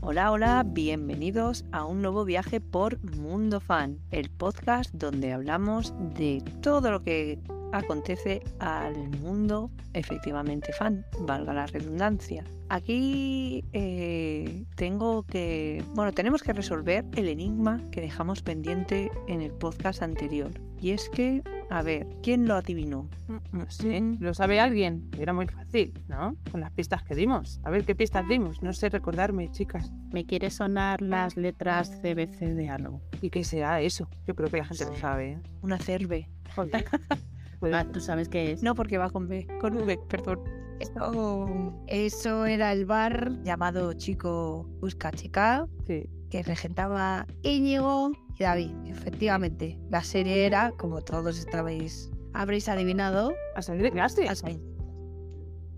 Hola, hola, bienvenidos a un nuevo viaje por Mundo Fan, el podcast donde hablamos de todo lo que acontece al mundo efectivamente fan, valga la redundancia. Aquí eh, tengo que, bueno, tenemos que resolver el enigma que dejamos pendiente en el podcast anterior. Y es que, a ver, ¿quién lo adivinó? No sé, lo sabe alguien. Era muy fácil, ¿no? Con las pistas que dimos. A ver qué pistas dimos. No sé recordarme, chicas. Me quiere sonar las letras CBC de algo. ¿Y qué será eso? Yo creo que la gente lo sabe. ¿eh? Una cerve. Joder. Ah, Pues, ¿Tú sabes qué es? No porque va con B, con V, perdón. Eso, eso era el bar llamado Chico Busca Chica, sí. que regentaba Íñigo y David. Efectivamente, la serie era, como todos estabais, habréis adivinado, A salir de clase. Las Vegas.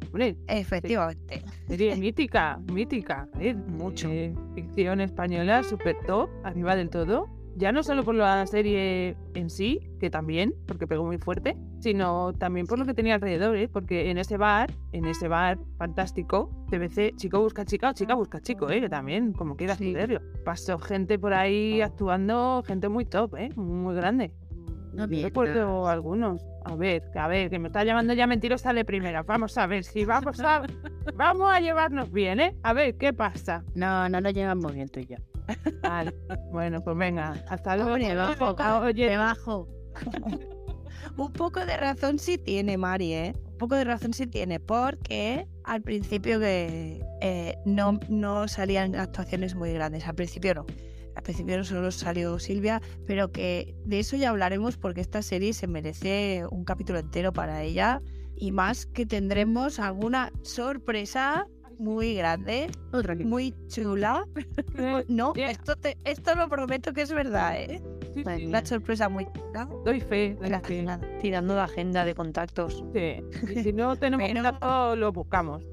Hombre, efectivamente. serie mítica, mítica. ¿eh? Mucho. Eh, ficción española, super top, arriba del todo. Ya no solo por la serie en sí, que también, porque pegó muy fuerte, sino también por lo que tenía alrededor, ¿eh? porque en ese bar, en ese bar fantástico, TBC, chico busca chica o chica busca chico, ¿eh? que también, como quieras Sí. ponerlo. Pasó gente por ahí actuando, gente muy top, ¿eh? muy grande. No Yo recuerdo pues, algunos. A ver, a ver, que me está llamando ya mentirosa de primera. Vamos a ver si vamos a vamos a llevarnos bien, ¿eh? A ver qué pasa. No, no lo llevan muy bien tú y yo. Vale. Bueno, pues venga, hasta luego. Hombre, va un poco- Ah, Me Oye, bajo. Un poco de razón sí tiene, Mari, ¿eh? Un poco de razón sí tiene, porque al principio que eh, no, no salían actuaciones muy grandes, al principio no. Al principio solo salió Silvia, pero que de eso ya hablaremos porque esta serie se merece un capítulo entero para ella y más que tendremos alguna sorpresa muy grande, Otro aquí. muy chula. eh, No, Yeah. esto, te- esto lo prometo que es verdad, ¿eh? sí, madre sí, mía. Una sorpresa muy chula. doy fe, doy fe. relacionada. Tirando de agenda de contactos. Sí. Y si no tenemos Pero- dato, lo buscamos.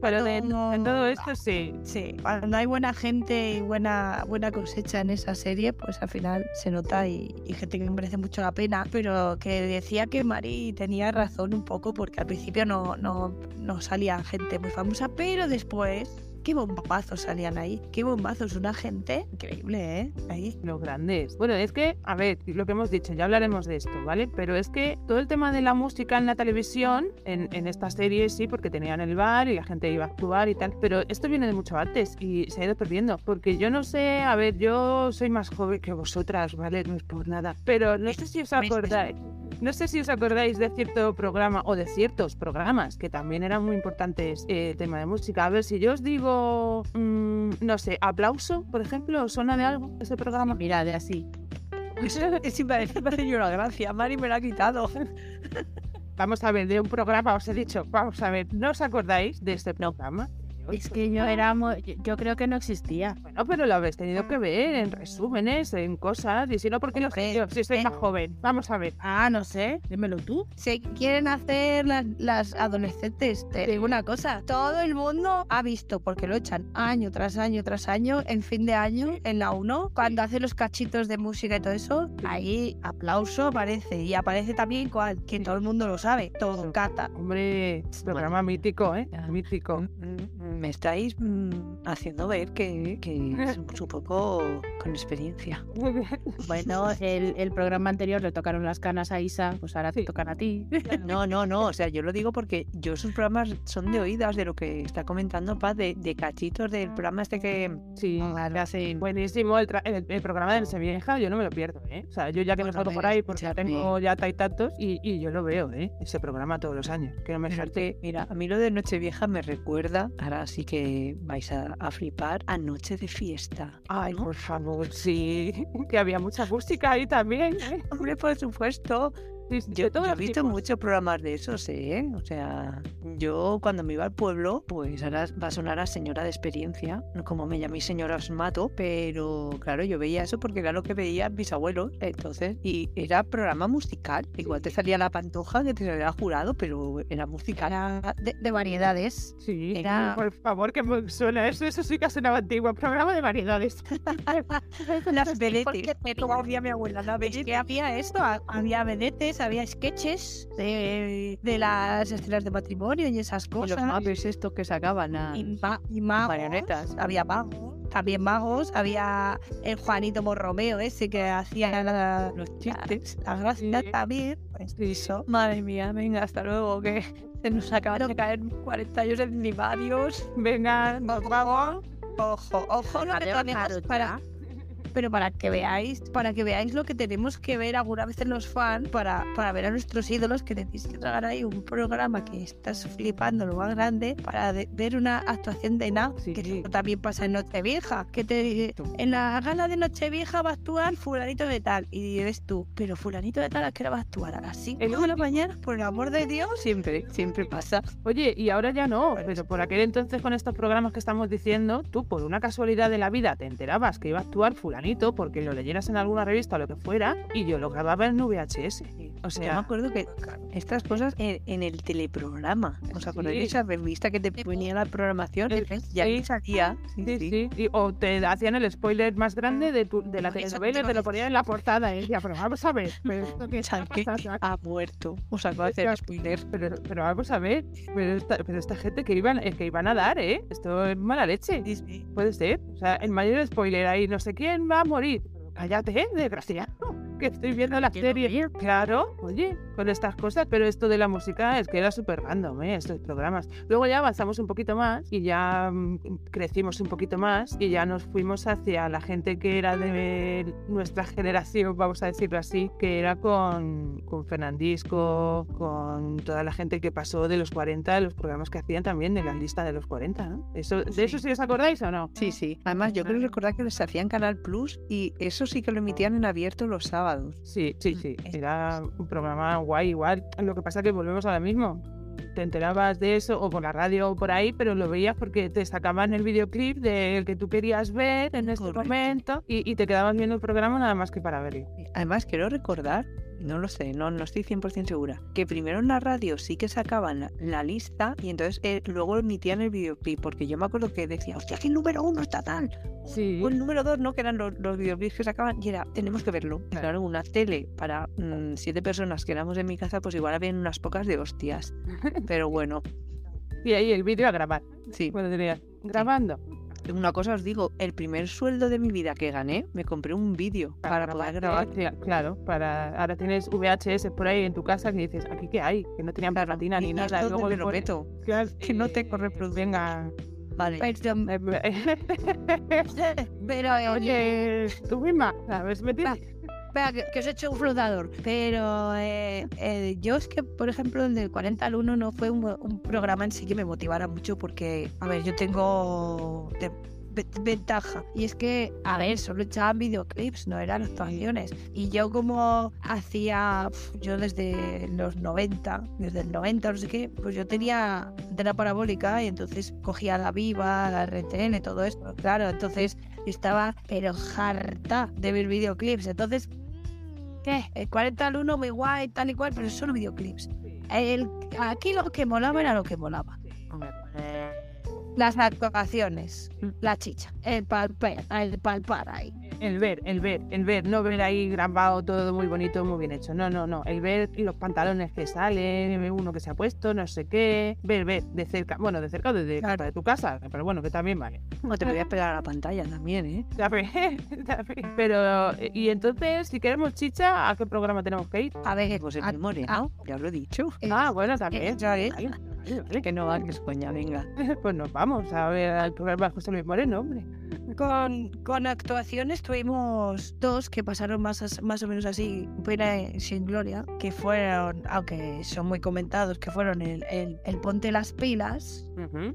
Pero de, No. en todo esto sí. Sí, cuando hay buena gente y buena, buena cosecha en esa serie, pues al final se nota y, y gente que merece mucho la pena. Pero que decía que Mari tenía razón un poco porque al principio no, no, no salía gente muy famosa, pero después, qué bombazos salían ahí, qué bombazos, una gente increíble, ¿eh? Ahí. Los grandes. Bueno, es que, a ver, lo que hemos dicho, ya hablaremos de esto, ¿vale? Pero es que todo el tema de la música en la televisión, en, en esta serie sí, porque tenían el bar y la gente iba a actuar y tal, pero esto viene de mucho antes y se ha ido perdiendo, porque yo no sé, a ver, yo soy más joven que vosotras, ¿vale? No es por nada, pero no sé si os acordáis. No sé si os acordáis de cierto programa o de ciertos programas que también eran muy importantes eh, el tema de música. A ver, si yo os digo, mm, no sé, aplauso, por ejemplo, ¿os ¿suena de algo ese programa? Mira, de así. Es impresionante, una gracia. Mari me la ha quitado. Vamos a ver, de un programa os he dicho, vamos a ver, ¿no os acordáis de este programa? Es que yo era muy- yo- Yo creo que no existía. Bueno, pero lo habéis tenido que ver en resúmenes, en cosas, y si no, ¿por qué no sé yo? Si soy más joven, vamos a ver. Ah, no sé. Dímelo tú. Se quieren hacer las, las adolescentes. Te digo una cosa, todo el mundo ha visto, porque lo echan año tras año tras año, en fin de año, en la 1, cuando hace los cachitos de música y todo eso, ahí aplauso aparece. Y aparece también cual, que todo el mundo lo sabe, todo cata. Hombre, este programa mítico, ¿eh? Ya. Mítico. Mm, Me estáis mm, haciendo ver que, que somos un poco con experiencia. Muy bien. Bueno, el, el programa anterior le tocaron las canas a Isa, pues ahora te Sí. tocan a ti. No, no, no. O sea, yo lo digo porque yo esos programas son de oídas de lo que está comentando Paz, de, de cachitos del programa este que, Sí. que hacen. Buenísimo el, tra- el, el programa de Sevieja, yo no me lo pierdo, ¿eh? O sea, yo ya que me Bueno, salgo por ves, ahí, porque ya escúchame. tengo ya taitantos, y, y yo lo veo, ¿eh? Ese programa todos los años, que no me Fíjate, salte. mira, a mí lo de Nochevieja me recuerda, ahora sí que vais a, a flipar, a Noche de Fiesta. Ay, ¿no? por favor, sí. Que había mucha música ahí también, ¿eh? Hombre, por supuesto. Sí, sí, Yo, de todos yo he los visto tipos. muchos programas de esos, ¿eh? O sea, yo cuando me iba al pueblo, pues ahora va a sonar a señora de experiencia, como me llamé señora os mato, pero claro, yo veía eso porque era lo que veían mis abuelos, entonces, y era programa musical. Igual te salía la pantoja que te salía jurado, pero era musical. Era de, de variedades. Sí, Era- por favor, que me suena eso. Eso sí que ha sonado antiguo. Programa de variedades. Las Porque veletes. me todavía mi abuela la Es que había esto, ha- había vedetes, había sketches de, de las escenas de matrimonio y esas Y los cosas. mapes estos que sacaban a y, ma- y magos, marionetas. había magos, también magos, había el Juanito Morromeo ese que hacía la, los chistes. las gracias Sí. también. pues, Sí. eso. Madre mía, venga, hasta luego, que se nos acaban de caer 40 años encima, adiós. Venga, nos vamos. Ojo, ojo lo Dejad que de tenemos bajaros para pero para que veáis, para que veáis lo que tenemos que ver alguna vez en los fans para, para ver a nuestros ídolos que tenéis que tragar ahí un programa que estás flipando lo más grande para de- ver una actuación de nada Sí. que eso también pasa en Nochevieja, que te en la gala de Nochevieja va a actuar fulanito de tal y ves tú, pero fulanito de tal a qué hora va a actuar a las 5 El de la mañana, por el amor de Dios. Siempre, siempre pasa. Oye, y ahora ya no, Pues- pero por aquel entonces con estos programas que estamos diciendo, tú por una casualidad de la vida te enterabas que iba a actuar fulanito porque lo leyeras en alguna revista o lo que fuera y yo lo grababa en VHS. O Yo me sea, acuerdo que estas cosas en, en el teleprograma. ¿Os acordáis de Sí. esa revista que te ponía la programación? El- Y ahí sí. salía. Sí, sí, sí. sí. Y- o te hacían el spoiler más grande de, tu- de la Eso te telenovela y te iba a lo ponían en la portada. Y decía, pero vamos a ver, pero esto qué está Chan, que pasando aquí?". ha muerto. Os acabo de hacer Ya. spoiler. Pero, pero vamos a ver, pero esta, pero esta gente que iban, eh, que iban a dar, ¿eh? Esto es mala leche. Puede ser. O sea, el mayor spoiler ahí, no sé quién va a morir. Pero cállate, ¿eh? desgraciado. Que estoy viendo la Que no serie. Claro, oye, con estas cosas, pero esto de la música es que era súper random, ¿eh? Estos programas. Luego ya avanzamos un poquito más y ya mm, crecimos un poquito más y ya nos fuimos hacia la gente que era de nuestra generación, vamos a decirlo así, que era con, con Fernandisco, con toda la gente que pasó de los 40, de los programas que hacían también de la lista de los 40, ¿no? Eso, ¿De eso sí os acordáis o no? Sí, sí. Además, yo creo recordar que les hacían Canal Plus y eso sí que lo emitían en abierto los sábados. Sí, sí, Mm, sí. es- Era un programa guay igual. Lo que pasa que volvemos ahora mismo. Te enterabas de eso o por la radio o por ahí, pero lo veías porque te sacaban el videoclip del que tú querías ver en ese Correcto. momento y, y te quedabas viendo el programa nada más que para verlo. Además, quiero recordar, no lo sé, no, no estoy 100% segura, que primero en la radio sí que sacaban la, la lista y entonces eh, luego emitían el videoclip, porque yo me acuerdo que decía, hostia, que el número uno está tal, Sí. o el número dos, ¿no? Que eran los, los videoclips que sacaban y era, tenemos que verlo. Y Claro, una tele para mm, siete personas que éramos en mi casa, pues igual habían unas pocas de hostias. Pero bueno, Y ahí el vídeo a grabar. sí. Bueno, dirías, grabando. Una cosa os digo, el primer sueldo de mi vida que gané, me compré un vídeo para poder grabar. grabarte, cla- Claro, para ahora tienes VHS por ahí en tu casa que dices, aquí qué hay, que no tenían Claro, platina y ni nada. esto y Luego me le lo pones- meto. Claro, que no te eh, correproduce. Venga. Vale. Pero, pero eh, oye, Oye, tú misma, ¿sabes? Me tienes- Espera, que, que os he hecho un flotador. Pero eh, eh, yo es que, por ejemplo, el del 40 al 1 no fue un, un programa en sí que me motivara mucho porque, a ver, yo tengo de- ve- ventaja. Y es que, a ver, solo echaban videoclips, no eran actuaciones. Y yo como hacía, pf, yo desde los 90, desde el 90, no sé qué, pues yo tenía antena parabólica y entonces cogía la Viva, la RTN, todo esto. Claro, entonces yo estaba pero harta de ver videoclips. Entonces, ¿qué? El 40 al 1 muy guay, tal y cual, pero solo videoclips. El, aquí lo que molaba era lo que molaba. Las actuaciones, la chicha, el palpar, el palpar ahí. El ver, el ver, el ver, no ver ahí grabado todo muy bonito, muy bien hecho. No, no, no. El ver los pantalones que salen, eh, uno que se ha puesto, no sé qué. Ver, ver, de cerca. Bueno, de cerca o desde Claro. de tu casa, pero bueno, que también vale. No te podías pegar a la pantalla también, ¿eh? Ya ve, ya ve. Pero, eh, y entonces, si queremos chicha, ¿a qué programa tenemos que ir? A ver, Pues en a- memoria, ah. ¿no? Ya lo he dicho. eh, Ah, bueno, eh, también. ya, eh. Vale, vale. Que no va, que es coña, venga. Pues nos vamos a ver al programa de José Luis Moreno, hombre. Con, con actuaciones tuvimos dos que pasaron más, as- más o menos así, pena y sin gloria, que fueron, aunque son muy comentados, que fueron el, el, el Ponte las Pilas,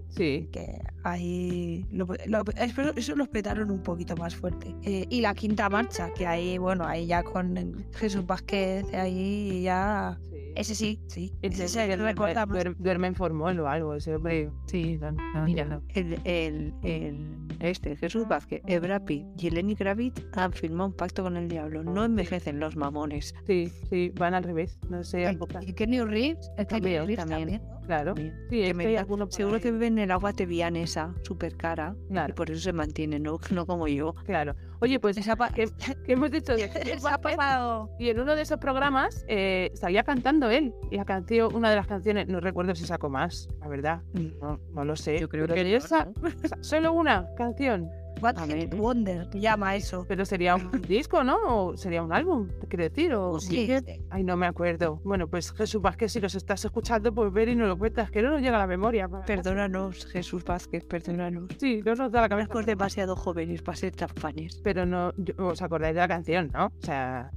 Sí. que ahí lo, lo- espero- eso los petaron un poquito más fuerte. Eh, y la Quinta Marcha, que ahí, bueno, ahí ya con el Jesús Vázquez, ahí ya... Ese sí, sí. Ese es el que recordamos. Duerme en Formol o algo, ese hombre. Sí, no, no Mira. entiendo. El, el, el- este, Jesús Vázquez, Ebra Pitt y Eleni Kravitz han firmado un pacto con el diablo. No envejecen los mamones. Sí, sí, van al revés. No sé, El, ambos- el Kenny Reeves, el Kenny También, Reeves también. también. claro. Bien. Sí, Que es me que hay da- alguno por Seguro ahí. que beben el agua tebiana esa, súper cara, y Claro, por eso se mantienen, no, no como yo. claro. Oye, pues Esa pa- ¿qué, qué hemos dicho? de Jesús Se ha Vázquez? pasado. Y en uno de esos programas eh, salía cantando él. Y la canción, una de las canciones, no recuerdo si sacó más, la verdad. Mm. No, no lo sé. pero él sa- sa- solo una canción. What A Hit ver. Wonder llama eso. Pero sería un disco, ¿no? O sería un álbum, te quiero decir. O... Sí, Ay, no me acuerdo. Bueno, pues Jesús Vázquez, si los estás escuchando, pues ver y no lo cuentas, que no nos llega a la memoria. Perdónanos, Jesús Vázquez, perdónanos. Sí, no nos da la cabeza. Somos demasiado jóvenes para ser tan fanes. Pero no, yo- os acordáis de la canción, ¿no? O sea,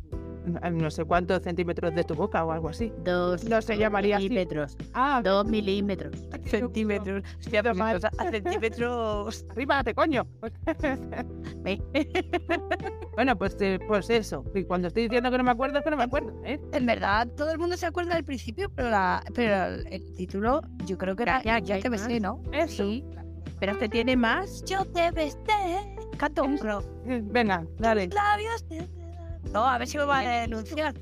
no- no sé cuántos centímetros de tu boca o algo así. Dos No se llamaría así. milímetros. Ah, Dos milímetros. Centímetros, se Dos más metros. a centímetros. ¡Arrímate, coño! bueno, pues, eh, pues eso. Y cuando estoy diciendo que no me acuerdo, es que no me acuerdo, ¿eh? En verdad, todo el mundo se acuerda del principio, pero, la, pero el, el título yo creo que era Ya, Ya, ya, ya te hay besé, más. ¿no? Eso. Sí. Pero este es que tiene más. Yo te besé, canto un pro, Venga, dale. labios te- No, a ver si me va a denunciar.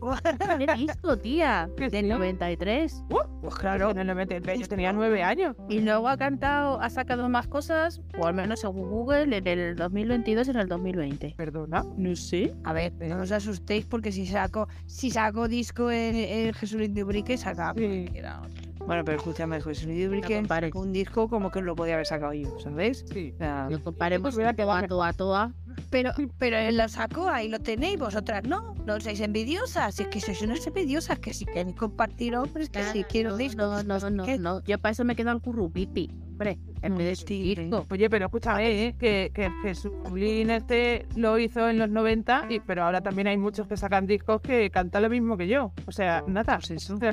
¿Qué disco, tía? Que Del sí. 93. Pues claro. En el 93 yo tenía nueve años. Y luego ha cantado, ha sacado más cosas, o al menos según Google, en el 2022 y en el 2020. Perdona. No sé. A ver, no os asustéis porque si saco, si saco disco en, en Jesús Indubrique, saca Sí. cualquiera. Bueno, pero escúchame, Jesús Lubrique, compares. un disco como que lo podía haber sacado yo, ¿sabes? Sí. O sea, No comparemos Pues mira que baja. a toa a toa. Pero, pero él lo sacó, ahí lo tenéis, vosotras no. No seáis envidiosas. Si es que sois unas envidiosas, que si queréis compartir hombres, que si quiero no, disco. No, no, no, ¿Qué? no. pues, Yo para eso me quedo al currupiti. Hombre, en vez de su Tigre. disco. Oye, pero escúchame, ¿eh? que, que Jesulín este lo hizo en los 90, y, pero ahora también hay muchos que sacan discos que cantan lo mismo que yo. O sea, nada. pues eso.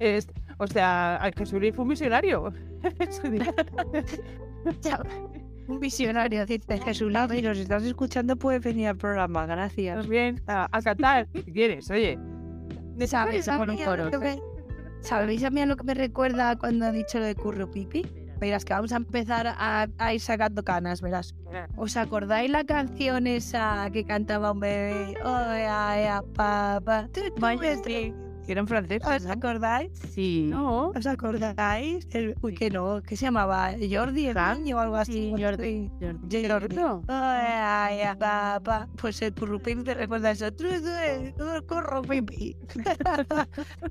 Es, o sea, Jesulín fue un visionario. Un visionario, dice Jesús Lado, y nos estás escuchando, puedes venir al programa, gracias. También a, a cantar, si quieres, oye. ¿Sabéis a, mí a lo que me, ¿Sabéis a mí a lo que me recuerda cuando ha dicho lo de curro pipi? Verás que vamos a empezar a, a ir sacando canas, verás. ¿Os acordáis la canción esa que cantaba un bebé? Oh, ya, ya, papá. Tú, tú me- Que eran franceses, ¿Os ¿no? acordáis? Sí. No, ¿Os acordáis? El- uy, que no, que se llamaba Jordi el Fran. niño o algo así. Sí, Jordi. Jordi. Jordi. no. Ay, ay, ay, papá. Pues el currupipi te recuerda eso. Tú, tú, eh, tú, el currupipi.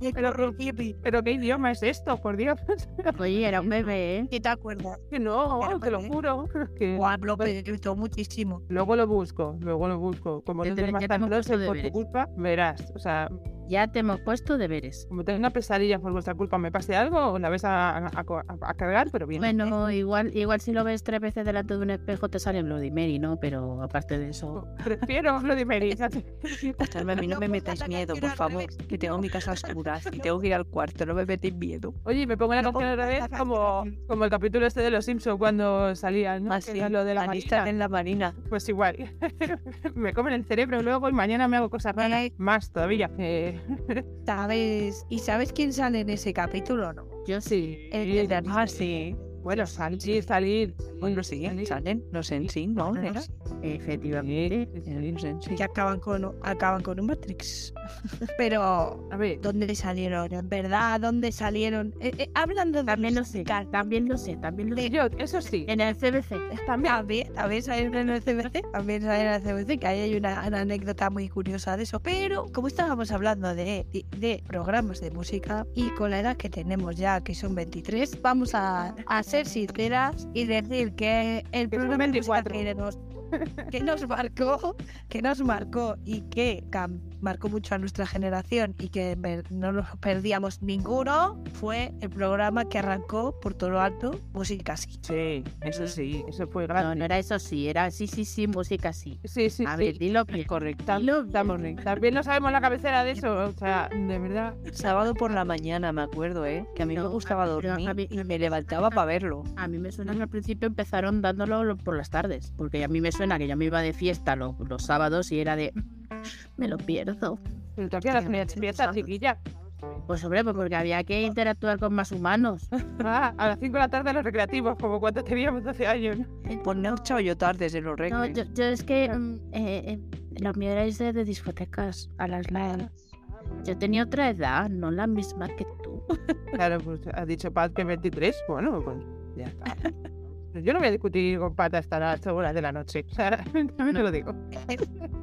El Pero- currupipi. Pero qué idioma es esto, por Dios. Oye, era un bebé, ¿eh? ¿Qué te acuerdas? Que no, Pero, te lo ¿eh? juro. Que Guau, lo petó muchísimo. luego lo busco, luego lo busco. Como Ya no te- tengas ya te hemos tan puesto por tu deberes. culpa, verás. O sea, Ya te hemos puesto deberes. como tenga pesadillas por vuestra culpa, me pase algo, la ves a, a- a- a cargar, pero bien. Bueno, igual, igual si lo ves tres veces delante de un espejo te sale Bloody Mary, ¿no? Pero aparte de eso. Prefiero lo de Mary. Escuchadme, a mí no, No me pongas metáis la miedo, canción por al favor. revés. Que tengo mi casa a oscuras y tengo que ir al cuarto, no me metéis miedo. Oye, me pongo la No canción otra pongas vez la como, canción. como el capítulo este de los Simpsons cuando salían, ¿no? Que Así, era lo de la lista marina. en la marina. Pues igual. me comen el cerebro luego y mañana me hago cosas raras. Ay, Más todavía. Eh, ¿Sabes? ¿Y sabes quién sale en ese capítulo o no? Yo sí. El- el de Ah, sí. Bueno, salir, salir. Bueno, sí, salen los en sí, ¿no? Era. Sí, Efectivamente. sí, Eran sí. los en sí. Que acaban con, acaban con un Matrix. Pero, A ver, ¿dónde salieron? ¿En verdad? ¿Dónde salieron? Eh, eh, hablando de También lo sé. musical, También lo sé. También lo sé. yo, eso sí, En el CBC. también. También, también salieron en el CBC, también salieron en el CBC, que ahí hay una, una anécdota muy curiosa de eso. Pero como estábamos hablando de, de, de programas de música y con la edad que tenemos ya, que son 23, vamos a, a ser sinceras y decir que el Que son programa de música 24. que nos- que nos marcó, que nos marcó y que cam- marcó mucho a nuestra generación y que me- no nos perdíamos ninguno, fue el programa que arrancó por todo lo alto Música Sí. Sí, eso sí, eso fue grande. No, no era eso sí, era sí, sí, sí, música sí. Sí, sí, A sí. ver, dilo bien. Tam- Dilo bien. también, también no sabemos la cabecera de eso, o sea, de verdad. Sábado por la mañana, me acuerdo, ¿eh? Que a mí me No, gustaba a- pero a dormir mí- y me levantaba para verlo. A mí me suena que al principio empezaron dándolo lo- por las tardes, porque a mí me suena que yo me iba de fiesta lo- los sábados y era de... "Mm, Me lo pierdo. Pero tú aquí a las me despiertas, chiquilla. Pues hombre, pues porque había que interactuar con más humanos. Ah, a las 5 de la tarde los recreativos, como cuando teníamos 12 años. Pues no echaba yo tardes en los No, recreos. yo, yo es que mm, eh, eh, lo mío era irse de discotecas a las LAN. Yo tenía otra edad, no la misma que tú. Claro, pues has dicho Pat que 23, bueno, pues ya está. Yo no voy a discutir con Pat hasta las 8 horas de la noche, o sea, también te lo digo.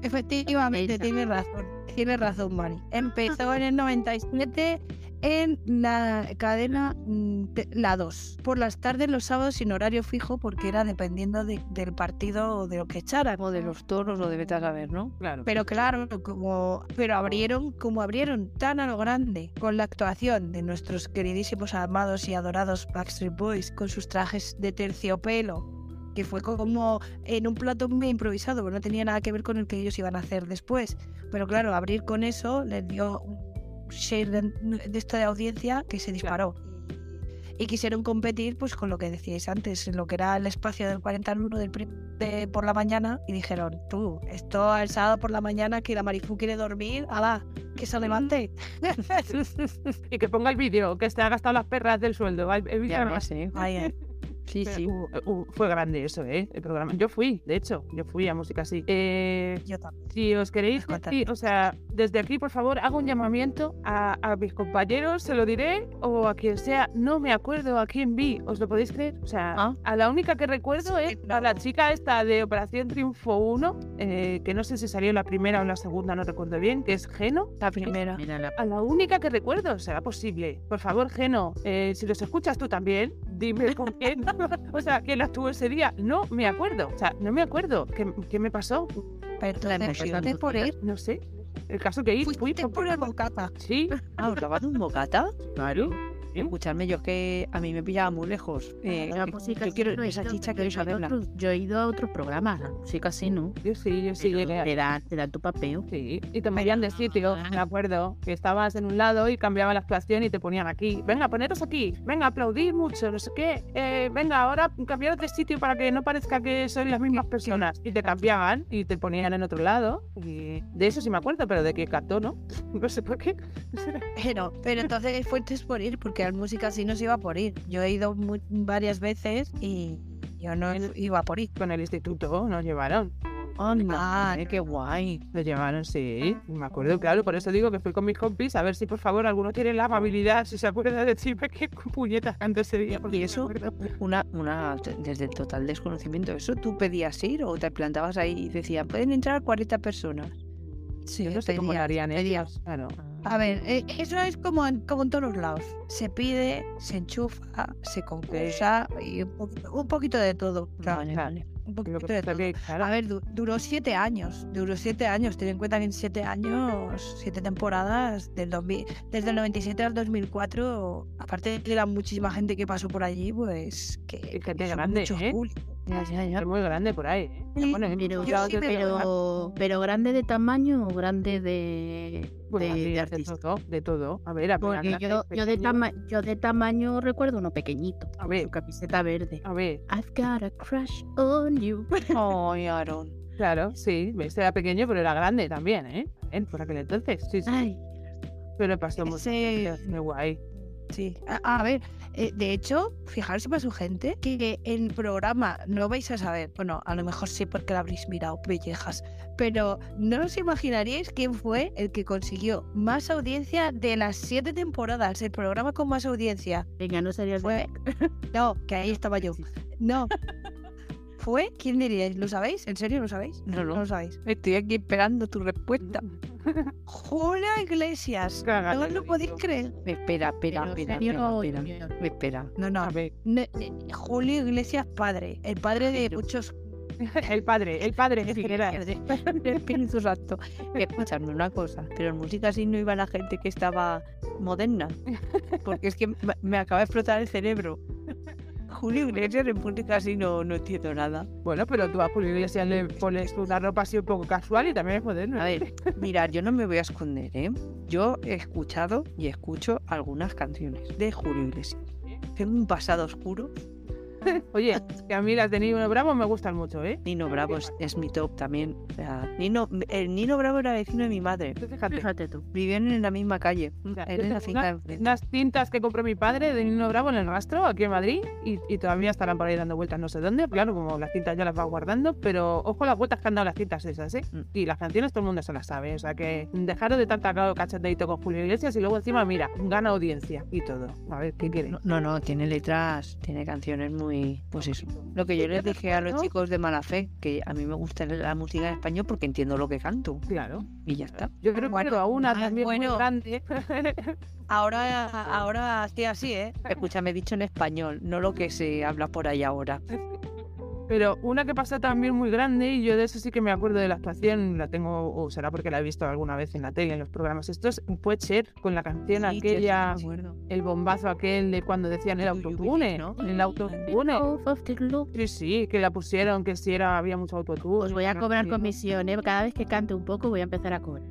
Efectivamente, Esa. tiene razón. Tiene razón, Mari. Empezó en el 97 en la cadena mm, te- La 2. Por las tardes, los sábados, sin horario fijo, porque era dependiendo de- del partido o de lo que echaran. O de los toros, lo debes saber, ¿no? Claro. Pero claro, como, pero abrieron, como abrieron tan a lo grande, con la actuación de nuestros queridísimos amados y adorados Backstreet Boys, con sus trajes de terciopelo, que fue co- como en un plato muy improvisado, porque no tenía nada que ver con el que ellos iban a hacer después. Pero claro, abrir con eso les dio un share de, de esto de audiencia que se disparó. Y quisieron competir pues con lo que decíais antes, en lo que era el espacio del 40 al 1 del primer de- por la mañana y dijeron, tú, esto el sábado por la mañana que la Marifú quiere dormir, ala, que se levante. y que ponga el vídeo, que se ha gastado las perras del sueldo. Ay, he visto Ya además- ves, ¿eh? Ay, ay. Sí, Pero, sí. uh, uh, fue grande eso, ¿eh? El programa. Yo fui, de hecho, yo fui a música así. Eh, Yo también. si os queréis, Nos decir- o sea, desde aquí, por favor, hago un llamamiento a, a mis compañeros, se lo diré, o a quien sea, no me acuerdo a quién vi, ¿os lo podéis creer? O sea, Ah. a la única que recuerdo Sí, es a la no. chica esta de Operación Triunfo 1, eh, que no sé si salió la primera o la segunda, no recuerdo bien, que es Geno. La primera. Mira la A la única que recuerdo, será posible. Por favor, Geno, eh, si los escuchas tú también, dime con quién. o sea, quién actuó ese día. No me acuerdo. O sea, no me acuerdo. ¿Qué, qué me pasó? Pero La entonces, emoción. fuiste por él, No sé. El caso que ir, fui fuiste por- por el bocata. Sí, Ah, ¿os dabas un bocata? claro. Escuchadme, yo es que a mí me pillaba muy lejos. Eh, La música yo sí quiero no he esa ido, chicha, pero yo quiero he ido a saberla. otros- Yo he ido a otros programas, la música sí, ¿no? Yo sí, yo sí Pero llegué. a- te, dan, te dan tu papeo. Sí, y te movían de sitio, me acuerdo. Que estabas en un lado y cambiaba la actuación y te ponían aquí. Venga, poneros aquí. Venga, aplaudir mucho, no sé qué. Eh, venga, ahora cambiaros de sitio para que no parezca que sois las mismas personas. Y te cambiaban y te ponían en otro lado. Y de eso sí me acuerdo, pero de que cantó, ¿no? No sé por qué. Pero, pero entonces fuiste por ir, porque al música sí nos iba por ir. Yo he ido mu- varias veces y yo no El- iba por ir. Con el instituto nos llevaron. Anda, Ah, eh, qué guay. Lo llevaron, sí. Me acuerdo, claro, por eso digo que fui con mis compis. A ver si, por favor, alguno tiene la amabilidad, si se acuerda de decirme qué puñetas canto ese día. porque ¿Y no me eso? acuerdo. Una, una, desde el total desconocimiento, ¿eso tú pedías ir o te plantabas ahí y decían, pueden entrar 40 personas? Sí, Yo no sé cómo lo pedía- harían pedía. ellos. Claro. A ver, eh, eso es como en, como en todos los lados. Se pide, se enchufa, se concursa y un poquito, un poquito de todo. claro, Vale, claro. vale. un Lo que poquito de pasa todo. que, claro, A ver, du- duró siete años. Duró siete años. Ten en cuenta que en siete años, siete temporadas, del 2000 desde el 97 al 2004, aparte de que era muchísima gente que pasó por allí, pues que, gente que hizo grande, muchos ¿eh? públicos. Ya, ya, ya. es muy grande por ahí. ¿eh? Sí, Bueno, en pero- muchos yo lados sí, de- Pero, pero grande de tamaño o grande de, pues, de, así, de de artista. todo, de todo. A ver, a ver, Porque grande, yo, yo, de pequeño. tama- yo de tamaño recuerdo uno pequeñito, A ver, su camiseta verde. a ver, I've got a crush on you. Ay, Aaron. claro, sí. ves, Era pequeño, pero era grande también, ¿eh? Él, por aquel entonces, sí, sí. Ay, Pero pasó mucho. Ese- Muy guay. Sí, a, a ver, eh, de hecho, fijaros si pasó gente que, que el programa no vais a saber, bueno, a lo mejor sí porque lo habréis mirado, pellejas, pero no os imaginaríais quién fue el que consiguió más audiencia de las siete temporadas, el programa con más audiencia. venga, no serías de- Fue, no, que ahí estaba yo, Pues Sí, sí. no. ¿Fue? ¿Quién diríais? ¿Lo sabéis? ¿En serio lo sabéis? No, No no. lo sabéis. Estoy aquí esperando tu respuesta. Julia Iglesias. Claro, No lo lo podéis digo. creer. Espera, espera, Pero espera, serio, espera, espera. Junior. Espera. No, no, A ver, Ne- eh, Julio Iglesias padre, el padre de muchos El padre, el padre en general. El Espíritu Santo. Escuchadme una cosa, pero en música así no iba la gente que estaba moderna, porque es que me- me acaba de explotar el cerebro. Julio Iglesias en música así no, no entiendo nada. Bueno, pero tú a Julio Iglesias le pones una ropa así un poco casual y también es moderno. ¿eh? A ver, mirad, yo no me voy a esconder, ¿eh? Yo he escuchado y escucho algunas canciones de Julio Iglesias. Tengo un pasado oscuro. Oye, que a mí las de Nino Bravo me gustan mucho, ¿eh? Nino Bravo es, es mi top también. O sea, Nino, el Nino Bravo era vecino de mi madre. Tú fíjate. Fíjate tú. Vivían en la misma calle. O sea, Él yo en la tengo finca una- de enfrente. unas cintas que compró mi padre de Nino Bravo en el rastro, aquí en Madrid, y, y todavía estarán por ahí dando vueltas no sé dónde. Claro, como las cintas ya las vas guardando, pero ojo las vueltas que han dado las cintas esas, ¿eh? Mm. Y las canciones todo el mundo se las sabe, o sea que dejaros de tanta ca- cachondeito con Julio Iglesias y luego encima, mira, gana audiencia y todo. A ver, ¿qué quieren? No, no, no, tiene letras, tiene canciones muy. Pues eso. Lo que yo les dije a los ¿No? chicos de mala fe, que a mí me gusta la música en español porque entiendo lo que canto. Claro. Y ya está. Yo creo Bueno, que a una ah, también bueno. muy grande. Ahora, Ahora estoy así, ¿eh? Escucha, me he dicho en español, no lo que se habla por ahí ahora. Pero una que pasa también muy grande, y yo de eso sí que me acuerdo de la actuación, la tengo, o será porque la he visto alguna vez en la tele, en los programas estos, fue Cher con la canción Sí, tío, sí, aquella, me acuerdo. el bombazo aquel de cuando decían el Do you believe, autotune, ¿no? El autotune. Off of the loop. Sí, sí, que la pusieron, que si era, había mucho autotune. Os pues voy a ¿no? cobrar Sí. comisión, ¿eh? Cada vez que cante un poco voy a empezar a cobrar.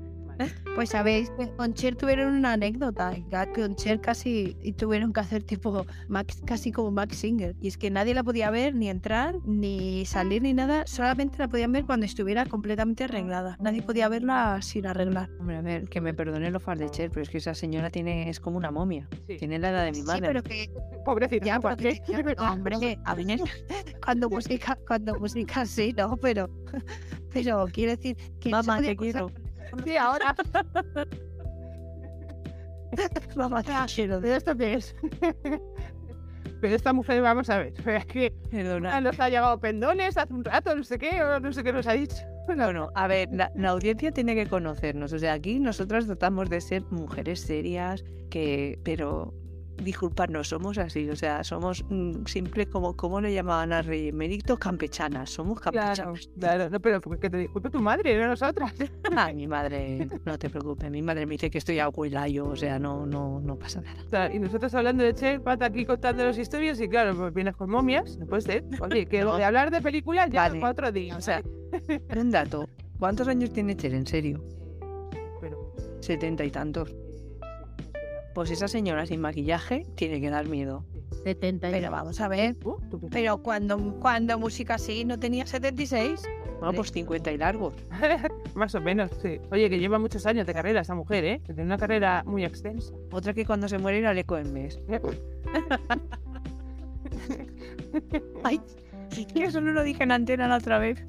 Pues sabéis, que con Cher tuvieron una anécdota. que Con Cher casi y tuvieron que hacer tipo Max, casi como Max Singer. Y es que nadie la podía ver, ni entrar, ni salir, ni nada. Solamente la podían ver cuando estuviera completamente arreglada. Nadie podía verla sin arreglar. Hombre, a ver, que me perdonen los fans de Cher, pero es que esa señora tiene, es como una momia. Sí. Tiene la edad de mi madre. Sí, pero que Pobrecita. ya, ¿para pero que qué? tenía- hombre, a ver, Eh, cuando música, cuando música sí, no, pero, pero quiero decir que no se Mamá, te podía quiero. Sí, ahora. pasar- mamá, te quiero. Pero esto qué es? Pero esta mujer, vamos a ver, es que Perdona. ah, nos ha llegado pendones hace un rato, no sé qué, o no sé qué nos ha dicho. Bueno, a ver, la, la audiencia tiene que conocernos. O sea, aquí nosotras tratamos de ser mujeres serias, que, pero disculpadnos, somos así. O sea, somos mm, simples como, ¿cómo le llamaban a Rey Emérito? Campechanas. Somos campechanas. Claro, no, pero que te disculpe tu madre, no nosotras. Ay, mi madre, no te preocupes, mi madre me dice que estoy a yo, o sea, no, no, no pasa nada. Ta- Y nosotros hablando de Che, Pata aquí contando las historias y claro, pues vienes con momias, no puede ser. Oye, que No. de hablar de películas ya Vale. para otro día, O sea, pero un dato, ¿cuántos años tiene Cher, en serio? pero... Setenta y tantos. Pues esa señora sin maquillaje tiene que dar miedo. 70 y- Pero vamos a ver. Uh, tú qué- Pero cuando, cuando música sí no tenía 76. Bueno, pues 50 y largos. Más o menos, sí. Oye, que lleva muchos años de carrera esa mujer, ¿eh? Que Tiene una carrera muy extensa. Otra que cuando se muere irá al eco en mes. Ay, eso no lo dije en antena la otra vez.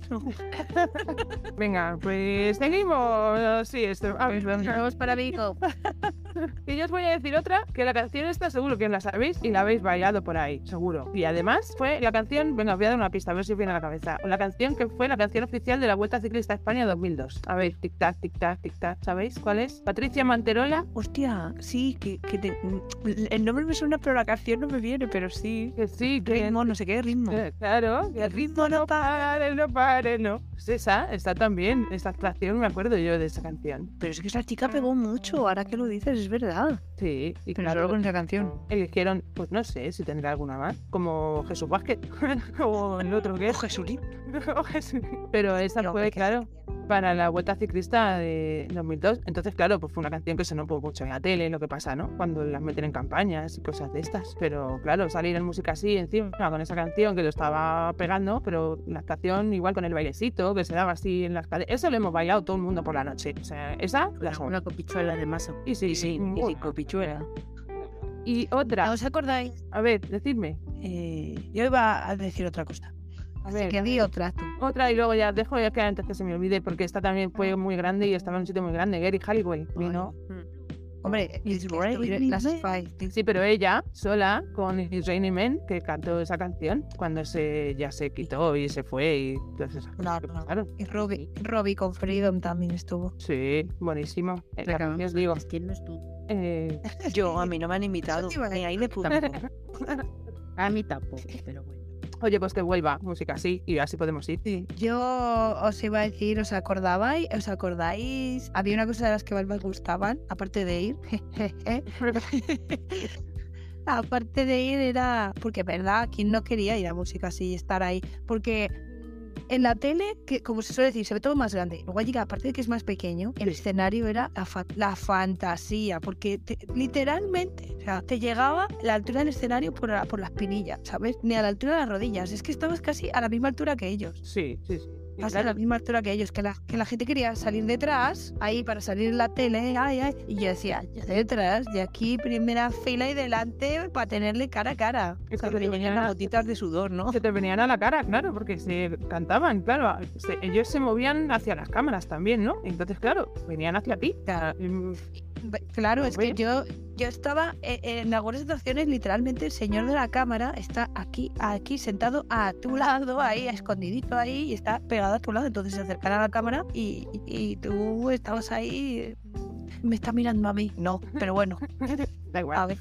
Venga, pues seguimos. Sí, esto. A Pues ver, Vamos para Vigo. Y yo os voy a decir otra, que la canción esta seguro que la sabéis y la habéis bailado por ahí, seguro. Y además fue la canción, venga, os voy a dar una pista, a ver si os viene a la cabeza. La canción que fue la canción oficial de la Vuelta Ciclista a España 2002. A ver, tic-tac, tic-tac, tic-tac, ¿sabéis cuál es? Patricia Manterola, Hostia, sí, que, que te- el nombre me suena, pero la canción no me viene, pero sí. que sí, que... Ritmo, no sé qué, ritmo. eh, Claro, que el ritmo no pare, no pare, no. Pues esa, está también, esa actuación me acuerdo yo de esa canción. Pero es que esa chica pegó mucho, ahora que lo dices, es verdad. Sí, y Pero claro, solo con esa canción. eligieron, pues no sé si tendrá alguna más, como Jesús Vázquez, o el otro que Oh, es. Jesulín. Pero esa Yo, fue, es que- claro, para la Vuelta Ciclista de 2002. Entonces, claro, pues fue una canción que sonó por mucho en la tele, lo que pasa, ¿no? Cuando las meten en campañas y cosas de estas. Pero, claro, salir en música así, encima, con esa canción que lo estaba pegando, pero la actuación igual con el bailecito que se daba así en las calles. Eso lo hemos bailado todo el mundo por la noche. O sea, esa, la segunda. Una copichuela de masa. Y sí, Y sí, y muy- sí, copichuela. Y otra, ¿No os acordáis? a ver, decidme. Eh, yo iba a decir otra cosa. A Así ver. que di otra tú. Otra y luego ya dejo ya que antes que se me olvide porque esta también fue muy grande y estaba en un sitio muy grande, Gary Halliwell vino. Hombre, It's es que raining estuvieron las men. Spice. Sí, pero ella sola con It's Raining Men que cantó esa canción cuando se ya se quitó y se fue y todas esas cosas que Claro. pasaron. Y Robbie, Robbie con Freedom también estuvo. Sí, buenísimo. Eh, la Acabamos. que os digo. Es que no es tú. eh, Yo, a mí no me han invitado. Eso te iba a Ni ahí le puse. Tampoco. A mí tampoco, pero bueno. oye, pues que vuelva música así y así podemos ir. Sí, yo os iba a decir, ¿os acordabais? ¿Os acordáis? Había una cosa de las que más me gustaban, aparte de ir. jejeje. aparte de ir era. Porque, ¿verdad? ¿Quién no quería ir a música así y estar ahí? Porque. En la tele, que como se suele decir, se ve todo más grande. Luego allí, aparte de que es más pequeño, el escenario era la, fa- la fantasía, porque te- literalmente, o sea, te llegaba la altura del escenario por, la- por las pinillas, ¿sabes? Ni a la altura de las rodillas, es que estabas casi a la misma altura que ellos Sí, sí, sí. Y casi a claro, la misma altura que ellos, que la, que la gente quería salir detrás, ahí para salir en la tele, ay, ay, y yo decía, yo detrás, de aquí, primera fila y delante, para tenerle cara a cara. Es que Cuando le te venían venían las a- gotitas de sudor, ¿no? se te venían a la cara, claro, porque se cantaban, claro. se- ellos se movían hacia las cámaras también, ¿no? Entonces, claro, venían hacia ti. Claro. Mm, Ve- Claro, es que Hombre. yo, yo estaba eh, en algunas situaciones, literalmente el señor de la cámara está aquí, aquí sentado a tu lado, ahí, escondidito ahí, y está pegado a tu lado, entonces se acercan a la cámara y, y- y tú estabas ahí, eh, me está mirando a mí, no, pero bueno, Da igual, a ver.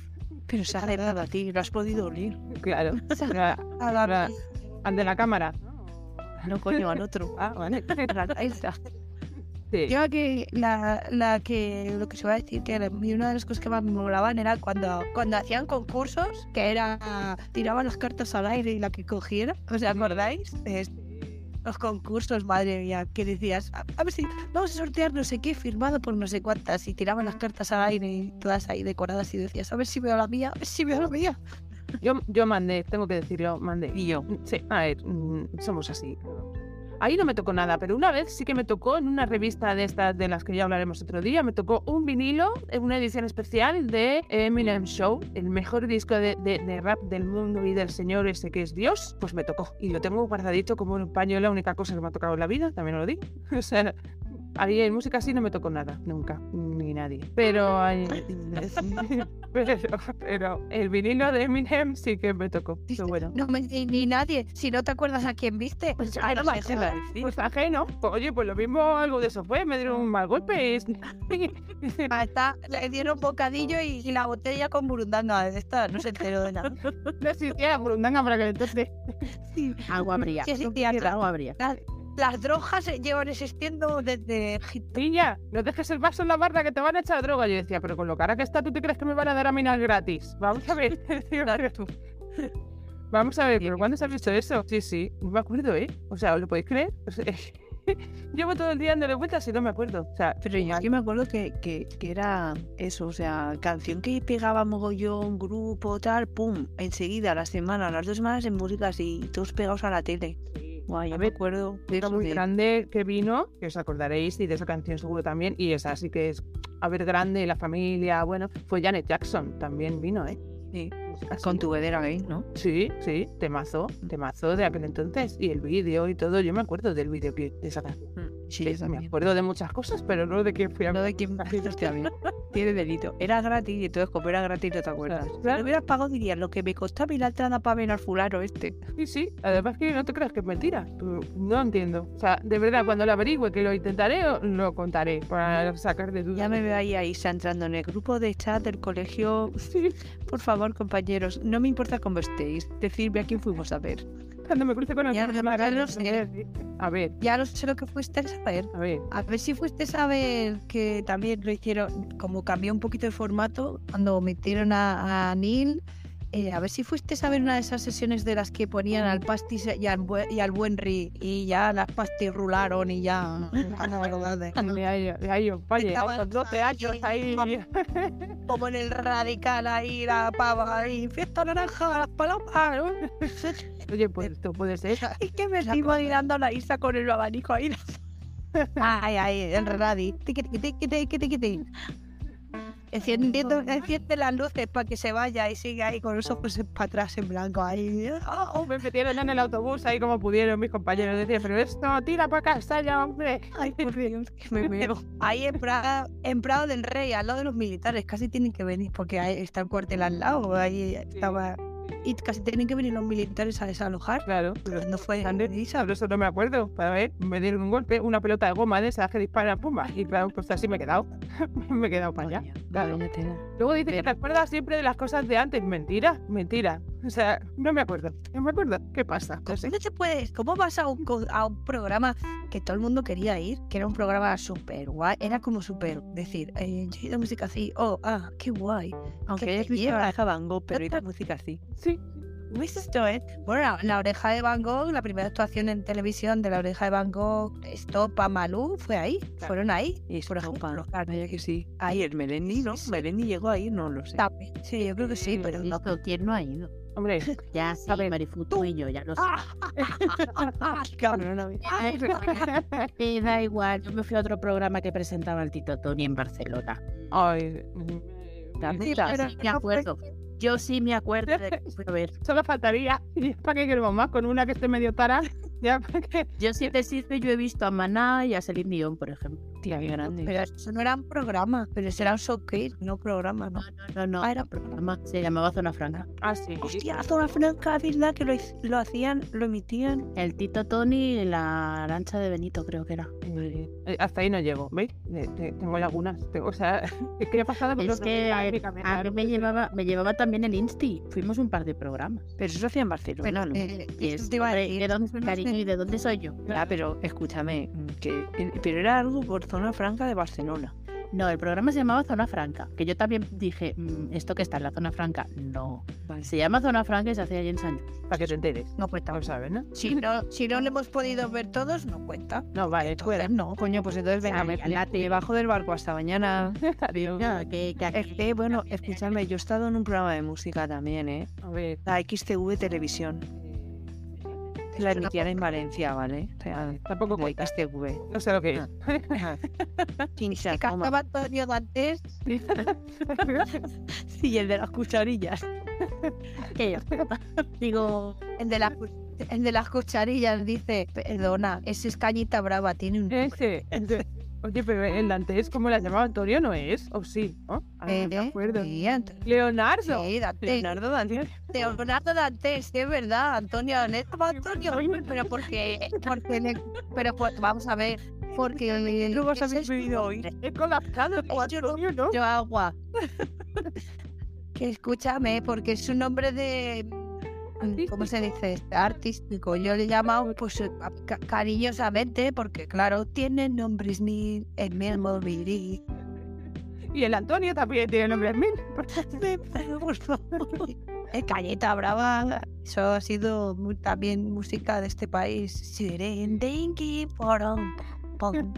Pero se ha acercado a ti, lo has podido oler. claro. Ahora- ahora, Al de la cámara. No, coño, al otro. Ah, vale. Sí. Yo la que, la, la que, lo que se iba a decir, que era- y una de las cosas que más me molaban era cuando, cuando hacían concursos, que era, tiraban las cartas al aire y la que cogiera, ¿os acordáis? Es- los concursos, madre mía, que decías, a, a ver si vamos a sortear no sé qué firmado por no sé cuántas, y tiraban las cartas al aire y todas ahí decoradas y decías, a ver si veo la mía, a ver si veo la mía. Yo, yo mandé, tengo que decirlo, mandé. Y yo. Sí, a ver, mm, somos así. Ahí no me tocó nada, pero una vez sí que me tocó en una revista de estas de las que ya hablaremos otro día, me tocó un vinilo, en una edición especial de Eminem Show, el mejor disco de, de- de rap del mundo y del señor ese que es Dios, pues me tocó. Y lo tengo guardadito como un paño, la única cosa que me ha tocado en la vida, también lo digo. O sea, a mí en música así no me tocó nada, nunca, ni nadie. Pero, ay, pero, pero el vinilo de Eminem sí que me tocó. Pero bueno. No me ni, ni nadie, si no te acuerdas a quién viste. Pues, Ay, no me jodas. ¿eh? Pues ajeno. Pues, Oye, pues lo mismo algo de eso fue. Me dieron un mal golpe. y es- Ah, está, le dieron bocadillo y, y la botella con burundanga. Esta no se enteró de nada. No existía burundanga para que entonces. Algo habría. Sí, sí, tía, claro. Algo habría. Las drogas eh, llevan existiendo desde Egipto. Niña, no dejes el vaso en la barra que te van a echar droga. Yo decía, pero con lo cara que está, ¿tú te crees que me van a dar a minas gratis? Vamos a ver. Vamos a ver, ¿pero cuándo se ha visto eso? Sí, sí, no me acuerdo, ¿eh? O sea, ¿os lo podéis creer? O sea, llevo todo el día dándole vueltas y no me acuerdo. O sea, Pero yo aquí me acuerdo que, que, que era eso, o sea, canción que pegaba mogollón, grupo, tal, pum, enseguida, a la semana, a las dos semanas en música así, todos pegados a la tele. Guay, yo A me ver, acuerdo de disco eso muy de- grande que vino, que os acordaréis y de esa canción seguro también, y esa sí que es a ver grande, la familia, bueno, fue Janet Jackson, también vino, ¿eh? Sí. Música con así. tu vedera gay, ¿no? Sí, sí, temazo, temazo de aquel entonces, y el vídeo y todo, yo me acuerdo del vídeo que de esa canción. Sí, yo me Mm, también. acuerdo de muchas cosas, pero no de que fui a... Lo de quién hostia, mira, tiene delito. Era gratis y entonces como era gratis no te acuerdas. Si claro. lo hubieras pagado dirías lo que me costaba ir la entrada para ver al fulano este. Sí, sí, además que no te creas que es mentira, tú- no entiendo. O sea, de verdad, cuando lo averigüe, que lo intentaré, o- lo contaré, para sacar de dudas. Ya me veo ahí a Isa entrando en el grupo de chat del colegio. Sí, Por favor, compañeros, no me importa cómo estéis, decidme a quién fuimos a ver. cuando me cruce con el... Ya, ya, ya lo sé. A ver, Ya no sé lo que fuiste a saber. a ver. A ver si fuiste a ver que también lo hicieron, como cambió un poquito el formato cuando metieron a, a Neil. eh, a ver si fuiste a ver una de esas sesiones de las que ponían al pastis y al, bue- y al Buenri y ya las pastis rularon y ya. la verdad es- Ay, ay, ay, vaya, Estaba- a los 12 años ahí. como en el radical ahí, la pava ahí, fiesta naranja, las palomas, ¿no? Oye, pues esto puede ser. Es que me Estoy imaginando a la Isa con el abanico ahí. Ay, ay, el radi. Tiqui, tiqui, tiqui, tiqui, tiqui, tiqui. Enciendiendo, enciende las luces para que se vaya y sigue ahí con los ojos para atrás en blanco ahí. Oh, oh, me metieron en el autobús ahí como pudieron mis compañeros. Decían, pero esto, tira para casa ya, hombre. Ay, por Dios, que me veo. Ahí en Prado, en Prado del Rey, al lado de los militares, casi tienen que venir porque ahí está el cuartel al lado, ahí estaba. Y casi tienen que venir los militares a desalojar. Claro, pero No fue Ander, Isa, pero eso no me acuerdo. Para ver, me dieron un golpe, una pelota de goma de esas que disparan, pumba. Y claro, pues así me he quedado. me he quedado para allá. Claro. Luego dice que te acuerdas siempre de las cosas de antes. Mentira, mentira. O sea, no me acuerdo. No me acuerdo. ¿Qué pasa? No sé. ¿Cómo te puedes? ¿Cómo vas a un, co- a un programa que todo el mundo quería ir? Que era un programa súper guay. Era como súper decir, eh, yo he ido a música así. Oh, ah, qué guay. Aunque te hayas visto llevas? la oreja Van Gogh, pero No y la música así. Sí. ¿Viste esto, eh? Bueno, la, la oreja de Van Gogh, la primera actuación en televisión de la oreja de Van Gogh, Estopa, Malú, fue ahí. Fueron ahí. Y Por Estopa, ejemplo, Vaya que sí. Ahí. Ahí el Melendi, ¿no? Sí, sí. Melendi llegó ahí, no lo sé. También. Sí, yo creo que sí, pero no. Insisto, ¿Quién no ha ido? Hombre, Ya sí, A ver, Marifu, tú. tú y yo, ya Ah. lo sé. Cabrón. Pero no había- Me da igual, yo me fui a otro programa que presentaba el Tito Tony en Barcelona. ay, Dame Sí, las- yo sí me acuerdo. Yo sí me acuerdo de que fui a ver. solo faltaría. ¿Y para qué queremos más? Con una que esté medio tara. Ya, para qué. Yo sí te sirve, yo he visto a Maná y a Celine Dion, por ejemplo. Tía, qué grande. Pero eso no eran programas, pero eso era un showcase, no programa, ¿no? No, no, no, no. Ah, era programa. Se llamaba Zona Franca. Ah, sí. Hostia, Zona Franca, es verdad que lo, hic- lo hacían, lo emitían. El Tito Tony y la lancha de Benito, creo que era. Eh, Hasta ahí no llego, ¿veis? Eh, te- Tengo lagunas. tengo- o sea, es que he Ah, pasado pues por Es los que ay, mi a cabeza, mí ¿no? me llevaba, me llevaba también el Insti. Fuimos un par de programas. Pero eso se hacía en Barcelona, ¿no? eh, Y eso es, te iba a hombre, decir, ¿de dónde, no sé. cariño, ¿y de dónde soy yo? Ah, pero escúchame, mm, que, que- pero era algo por Zona Franca de Barcelona. No, el programa se llamaba Zona Franca. Que yo también dije, "Mm, ¿esto que está en la Zona Franca? No. Se llama Zona Franca y se hace allí en San Lluís. Para que te enteres. No cuenta. No sabes, ¿no? Si no, si no lo hemos podido ver todos, no cuenta. No, vale, Entonces, fuera. no. Coño, pues entonces venga, me, Ay, la me bajo del barco hasta mañana. Adiós. Nada, que- que Es aquí- que, bueno, escúchame, yo he estado en un programa de música también, ¿eh? A ver. La XTV Televisión. La Es una emitían en Valencia, ¿vale? O sea, Tampoco la cuenta. XTV. No sé lo que es. Chincha, Que toma. cantaba Antonio Dantes. Y el de las cucharillas. que yo. Digo, El de, las cu- el de las cucharillas dice, perdona, ese es Cañita Brava, tiene un... nombre". Ese. ese. Oye, pero el Dantes, como la llamaba Antonio, ¿no es? ¿O sí? ¿no? Ay, no Ah, me Eh, acuerdo. sí, Ant- Leonardo. sí, Dantes. Leonardo Daniel. Leonardo Dantes, sí, es verdad, Antonio, neta, va Antonio, pero porque, porque le- pero pues, vamos a ver, porque ¿Qué vas a ese habéis es- Eh. bebido hoy? He colapsado. Antonio, ¿no? yo agua. Que escúchame, porque es un nombre de. mm, ¿Cómo se dice? Artístico. Yo le he llamado, pues, a- ca- cariñosamente, porque, claro, tiene nombres mil, el mismo Billy. Y el Antonio también tiene nombre en mí. Por favor. Eh, Cañeta Brava. Eso ha sido mu- también música de este país. Sirendengui, porón, pom.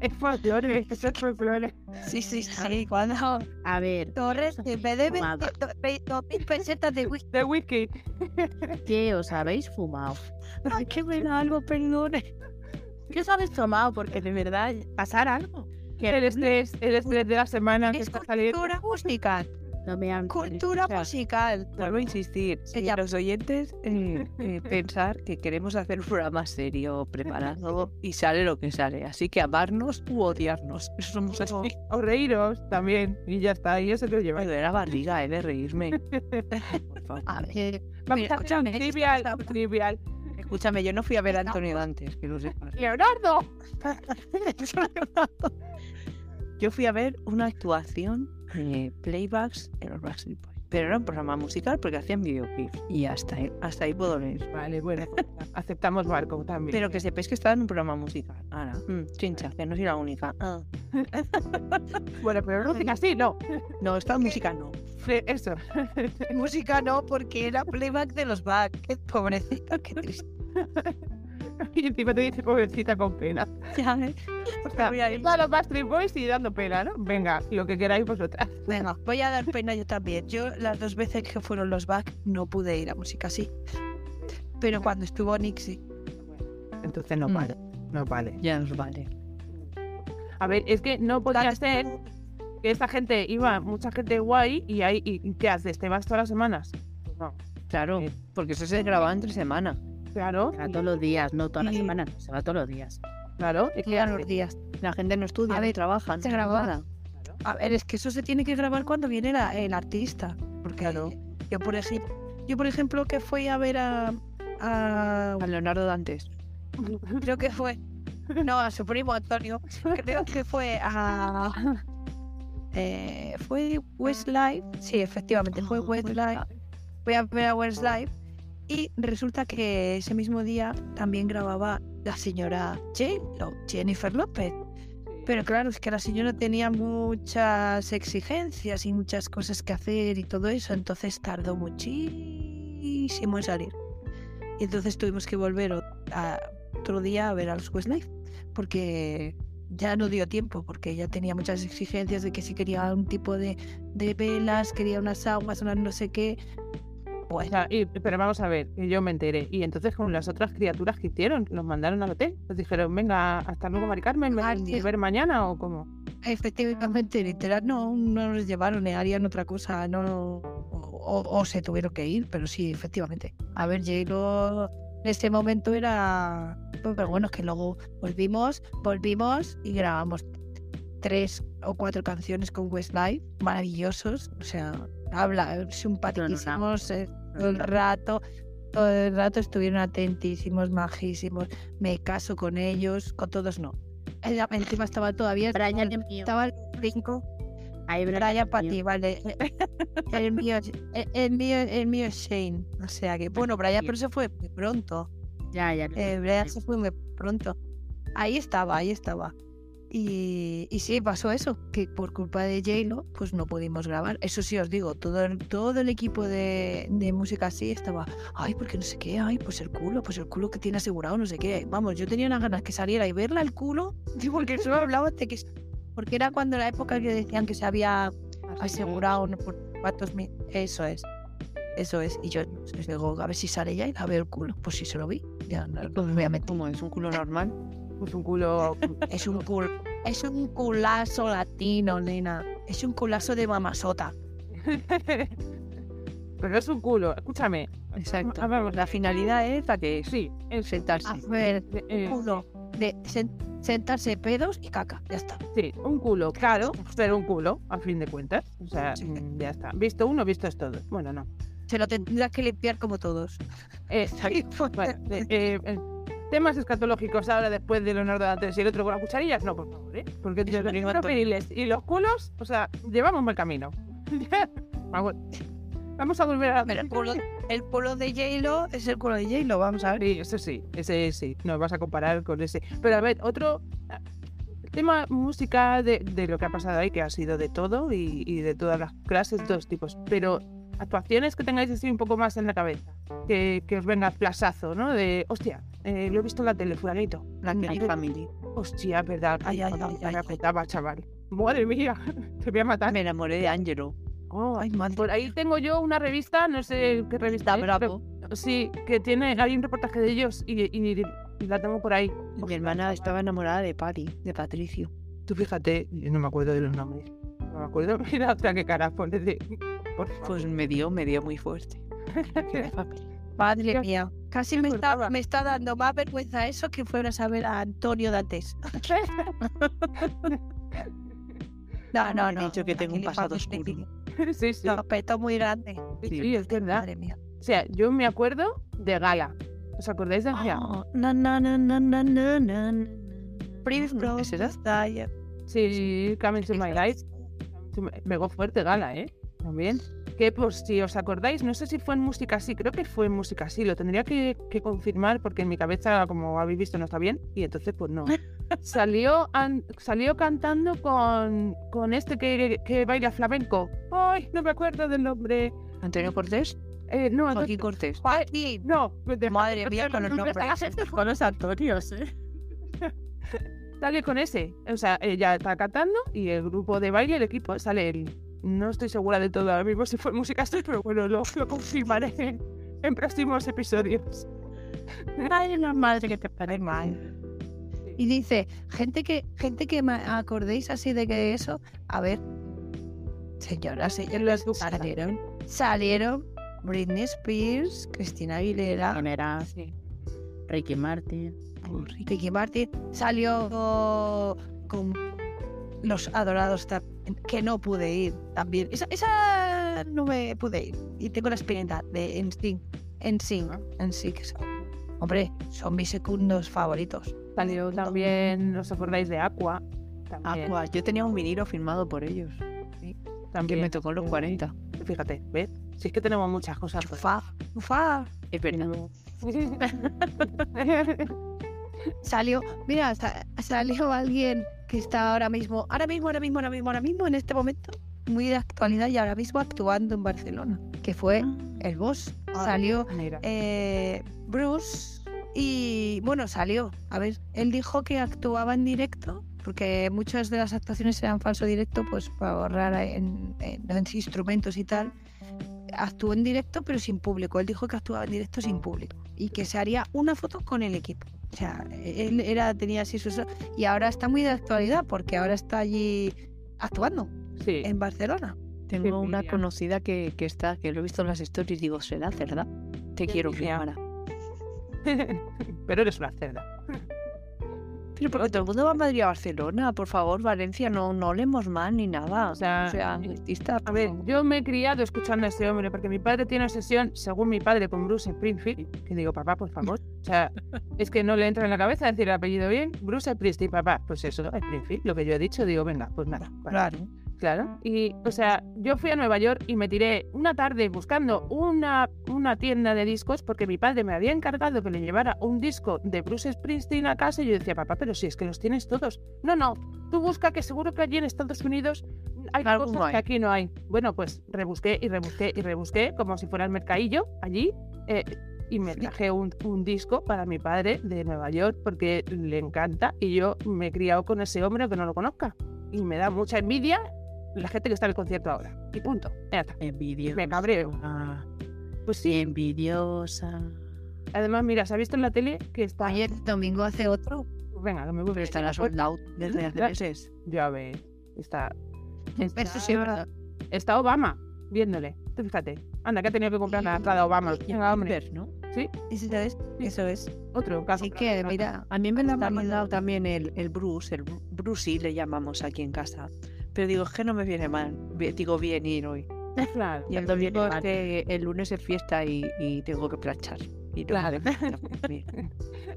Es folclore, es el folclore. Sí, sí, sí. Cuando a ver, Torres, en vez de Fumada. 2000 pesetas de whisky, De whisky. ¿qué os habéis fumado? Ay, qué bueno, algo, perdone. ¿Qué os habéis tomado? Porque de verdad, pasar algo. El estrés, el estrés de la semana que es está saliendo. cultura musical. No me han... Cultura o sea, musical. Vuelvo a insistir. Se Si llama- los oyentes eh, eh, pensar que queremos hacer un programa serio, preparado y sale lo que sale. Así que amarnos u odiarnos. Somos así. O reíros también. Y ya está, y eso que os Me lleváis. duele la barriga, eh, de reírme. Por favor. A ver, Vamos Mira, a hacer un escúchame, trivial, está- un trivial. Escúchame, yo no fui a ver a Antonio antes, que lo sepas. ¡Leonardo! Yo fui a ver una actuación de playbacks en los Backstreet Boys. Pero era un programa musical porque hacían videoclips. Y hasta ahí, hasta ahí puedo leer. Vale, bueno. pues, Aceptamos barco también. Pero que sepáis que estaba en un programa musical. Ahora, Mm, chincha, que no soy la única. Ah. Bueno, pero no digas así, no. No, estaba en música no. Fre- Eso. música no, porque era playback de los back. Qué pobrecita, qué triste. Y encima te dice pobrecita con pena. Ya, ¿eh? O sea, a los Backstreet Boys y dando pena, ¿no? Venga, lo que queráis vosotras. Venga, voy a dar pena yo también. Yo las dos veces que fueron los back no pude ir a música así. Pero cuando estuvo Nick sí. Entonces no Mm. vale. No vale. ya nos vale. A ver, es que no podía ser que esta gente iba, mucha gente guay, y ahí, y, y ¿qué haces? ¿Te vas todas las semanas? Pues no. Claro, Eh. porque eso se grababa entre semana. Claro, Se va todos los días, no todas las Y- semanas, no, se va todos los días. claro. ¿y qué Llegan haces? los días. La gente no estudia, A no ver, trabaja, no se hace grababa. nada. A ver, es que eso se tiene que grabar cuando viene la- el artista. Porque Claro. yo, por ejemplo, yo, por ejemplo, que fui a ver a- a A Leonardo Dantes. creo que fue. No, a su primo Antonio. Creo que fue a. eh, fue Westlife. Sí, efectivamente, fue Westlife. voy a ver a Where's Life. Y resulta que ese mismo día también grababa la señora Jane, Lo- Jennifer López. eh, Pero claro, es que la señora tenía muchas exigencias y muchas cosas que hacer y todo eso, entonces tardó muchísimo en salir. Y entonces tuvimos que volver o- a- otro día a ver a los Westlife, porque ya no dio tiempo, porque ella tenía muchas exigencias de que si quería un tipo de, de velas, quería unas aguas, unas no sé qué. O sea, y- pero vamos a ver, que yo me enteré. Y entonces con las otras criaturas que hicieron, los mandaron al hotel. Les dijeron, venga, hasta luego, Mari Carmen, me Ah, vais sí. a ver mañana o cómo. Efectivamente, literal, no, no nos llevaron, eh, harían otra cosa, no, o, o- o se tuvieron que ir, pero sí, efectivamente. A ver, J-Lo en este momento era, pues, pero bueno, es que luego volvimos, volvimos y grabamos tres o cuatro canciones con Westlife, maravillosos, o sea, habla, simpaticísimos eh, todo el rato, todo el rato estuvieron atentísimos, majísimos, me caso con ellos, con todos no. Ella- Encima estaba todavía Brian es mío. estaba el brinco. Ahí Brian Brian es para mío. ti, vale. El mío, es- el, el mío, el mío es Shane. O sea que, bueno, Brian, pero se fue muy pronto. Ya, ya. lo Eh, sé. Brian se fue muy pronto. Ahí estaba, ahí estaba. Y, y sí, pasó eso, que por culpa de J-Lo, pues no pudimos grabar. Eso sí, os digo, todo el, todo el equipo de, de música así estaba, ay, porque no sé qué, ay, pues el culo, pues el culo que tiene asegurado, no sé qué. Vamos, yo tenía unas ganas que saliera y verla el culo, porque solo hablaba de que... Porque era cuando la época que decían que se había asegurado no por cuántos mil... Eso es, eso es. Y yo os digo, a ver si sale ya y la veo el culo. Pues si se lo vi, ya no, no me voy a meter. Como es un culo normal. Pues un culo. Es un cul, es un culazo latino, nena. Es un culazo de mamasota. pero es un culo, escúchame. Exacto. Ah, vamos. La finalidad es la que es Sí, es, A sentarse. ver, eh, eh, culo de sen- sentarse pedos y caca. Ya está. sí, un culo, claro, pero un culo, a fin de cuentas. O sea, Sí. mm, ya está. Visto uno, visto es todo. Bueno, no. Se lo tendrás que limpiar como todos. Eh, Bueno, eh, eh, eh, temas escatológicos ahora después de Leonardo da Vinci y el otro con las cucharillas, no, por favor, ¿eh? Porque Eso los te digo, primeros Antonio. viriles y los culos, o sea, llevamos mal camino. vamos, vamos a volver a... Pero el culo, el culo de J-Lo es el culo de J-Lo, vamos a ver. Sí, eso sí, ese sí, nos vas a comparar con ese. Pero a ver, otro ah, tema musical de, de lo que ha pasado ahí, que ha sido de todo y, y de todas las clases, dos tipos. Pero actuaciones que tengáis así un poco más en la cabeza, que, que os venga plazazo, ¿no? De, hostia, eh, lo he visto en la tele, fulanito. La Ay, Kelly Family. Hostia, es verdad. Ay, ay, ay, ay, me acordaba, chaval. Madre mía, te voy a matar. Me enamoré de Angelo. Oh, ay, Ay, madre. por ahí tengo yo una revista, no sé qué Está revista es, bravo. pero sí, que tiene, hay un reportaje de ellos y, y- y la tengo por ahí. Mi hermana estaba enamorada de Patty, de Patricio. Tú fíjate, yo no me acuerdo de los nombres. No me acuerdo, mira, otra que cara pones de... Por favor. Pues me dio, me dio muy fuerte. Kelly Family. Madre mía. Casi me acordaba. está, me está dando más vergüenza eso que fueras a ver a Antonio Dantes. No, no, han no. dicho que tengo un Aquel pasado papi oscuro. tenía sí, sí, Un respeto muy grande. sí, sí, es verdad. Madre mía. O sea, yo me acuerdo de Gaia. ¿Os acordáis de Gaia? Oh, na, na, na, na, na, na, na, na. Prince ¿Es esa? Sí, Coming to My Life. Pegó fuerte gala, ¿eh? También. Que por si os acordáis, no sé si fue en música así, creo que fue en música así, lo tendría que, que confirmar porque en mi cabeza, como habéis visto, no está bien y entonces pues no. salió, an- salió cantando con, con este que, que baila flamenco. Ay, no me acuerdo del nombre. Antonio Cortés, Eh, no, Joaquín Cortés. entonces- Joaquín. no, de- Madre mía, con los nombres. Con los Antonios, ¿eh? sale con ese. O sea, ella está cantando y el grupo de baile, el equipo, sale él. No estoy segura de todo ahora mismo si fue música así, pero bueno, lo, lo confirmaré en, en próximos episodios. Ay, la madre que te pare. mal. Y dice, gente que, gente que me acordéis así de que eso, a ver, señoras, señoras, tu cara. salieron, salieron Britney Spears, Cristina Aguilera, Ah, Era Ricky Martin. Ricky Martin, salió con los adorados también, que no pude ir también. Esa, esa no me pude ir. Y tengo la espinita de NSYNC, NSYNC, NSYNC. Hombre, son mis secundos favoritos. Salió también, ¿os acordáis de Aqua? También, Aqua. Yo tenía un vinilo firmado por ellos. Que también. me tocó en los 40. Fíjate, ¿ves? Si es que tenemos muchas cosas. pues. Chufar, chufar. Es verdad. Salió, mira, sa- salió alguien que está ahora mismo, ahora mismo, ahora mismo, ahora mismo, ahora mismo, en este momento, muy de actualidad y ahora mismo actuando en Barcelona, que fue el boss. Salió Mira. eh, Bruce y bueno, salió. A ver, él dijo que actuaba en directo, porque muchas de las actuaciones eran falso directo, pues para ahorrar en, en los instrumentos y tal. Actuó en directo, pero sin público. Él dijo que actuaba en directo sin público y que se haría una foto con el equipo. O sea, él era, tenía así sus. Y ahora está muy de actualidad, porque ahora está allí actuando Sí. en Barcelona. Tengo una envidia. conocida que, que está, que lo he visto en las stories y digo, será cerda. Te quiero, envidia. Fiamara. Pero eres una cerda. Pero porque todo el mundo va a Madrid a Barcelona, por favor, Valencia, no, no leemos mal ni nada. O sea, O sea, artista, A por ver, favor. yo me he criado escuchando a este hombre porque mi padre tiene obsesión, según mi padre, con Bruce Springfield. Que digo, papá, por favor. O sea, es que no le entra en la cabeza decir el apellido bien. Bruce Springsteen, papá. Pues eso, Springfield. Lo que yo he dicho, digo, venga, pues nada. vale. Claro. Claro. Y, o sea, yo fui a Nueva York y me tiré una tarde buscando una, una tienda de discos porque mi padre me había encargado que le llevara un disco de Bruce Springsteen a casa y yo decía, papá, pero si es que los tienes todos. No, no, tú busca que seguro que allí en Estados Unidos hay Algo cosas no hay. que aquí no hay. Bueno, pues rebusqué y rebusqué y rebusqué como si fuera el mercadillo allí eh, y me traje un, un disco para mi padre de Nueva York porque le encanta y yo me he criado con ese hombre que no lo conozca. Y me da mucha envidia la gente que está en el concierto ahora. Y punto. Ya está. Envidiosa. Me cabreo. Pues sí. Envidiosa. Además, mira, se ha visto en la tele que está. Ayer domingo hace otro. Venga, que me voy Pero estará sold out desde hace Ya. meses. Ya ves. Está, Eso sí es verdad. está Obama viéndole. Tú fíjate. Anda, que ha tenido que comprar la entrada Obama. Venga, hombre. Ver, ¿no? Eso es. Eso es. Otro caso. Así que, mira, A mí me lo Está ha muy mandado bien. también el, el Bruce, el Bru- Brucey le llamamos aquí en casa. Pero digo, es que no me viene mal. Ve- Digo, bien ir hoy. Claro. Y el no viene domingo es mal. que el lunes es fiesta y, y tengo que planchar. Y no- Claro.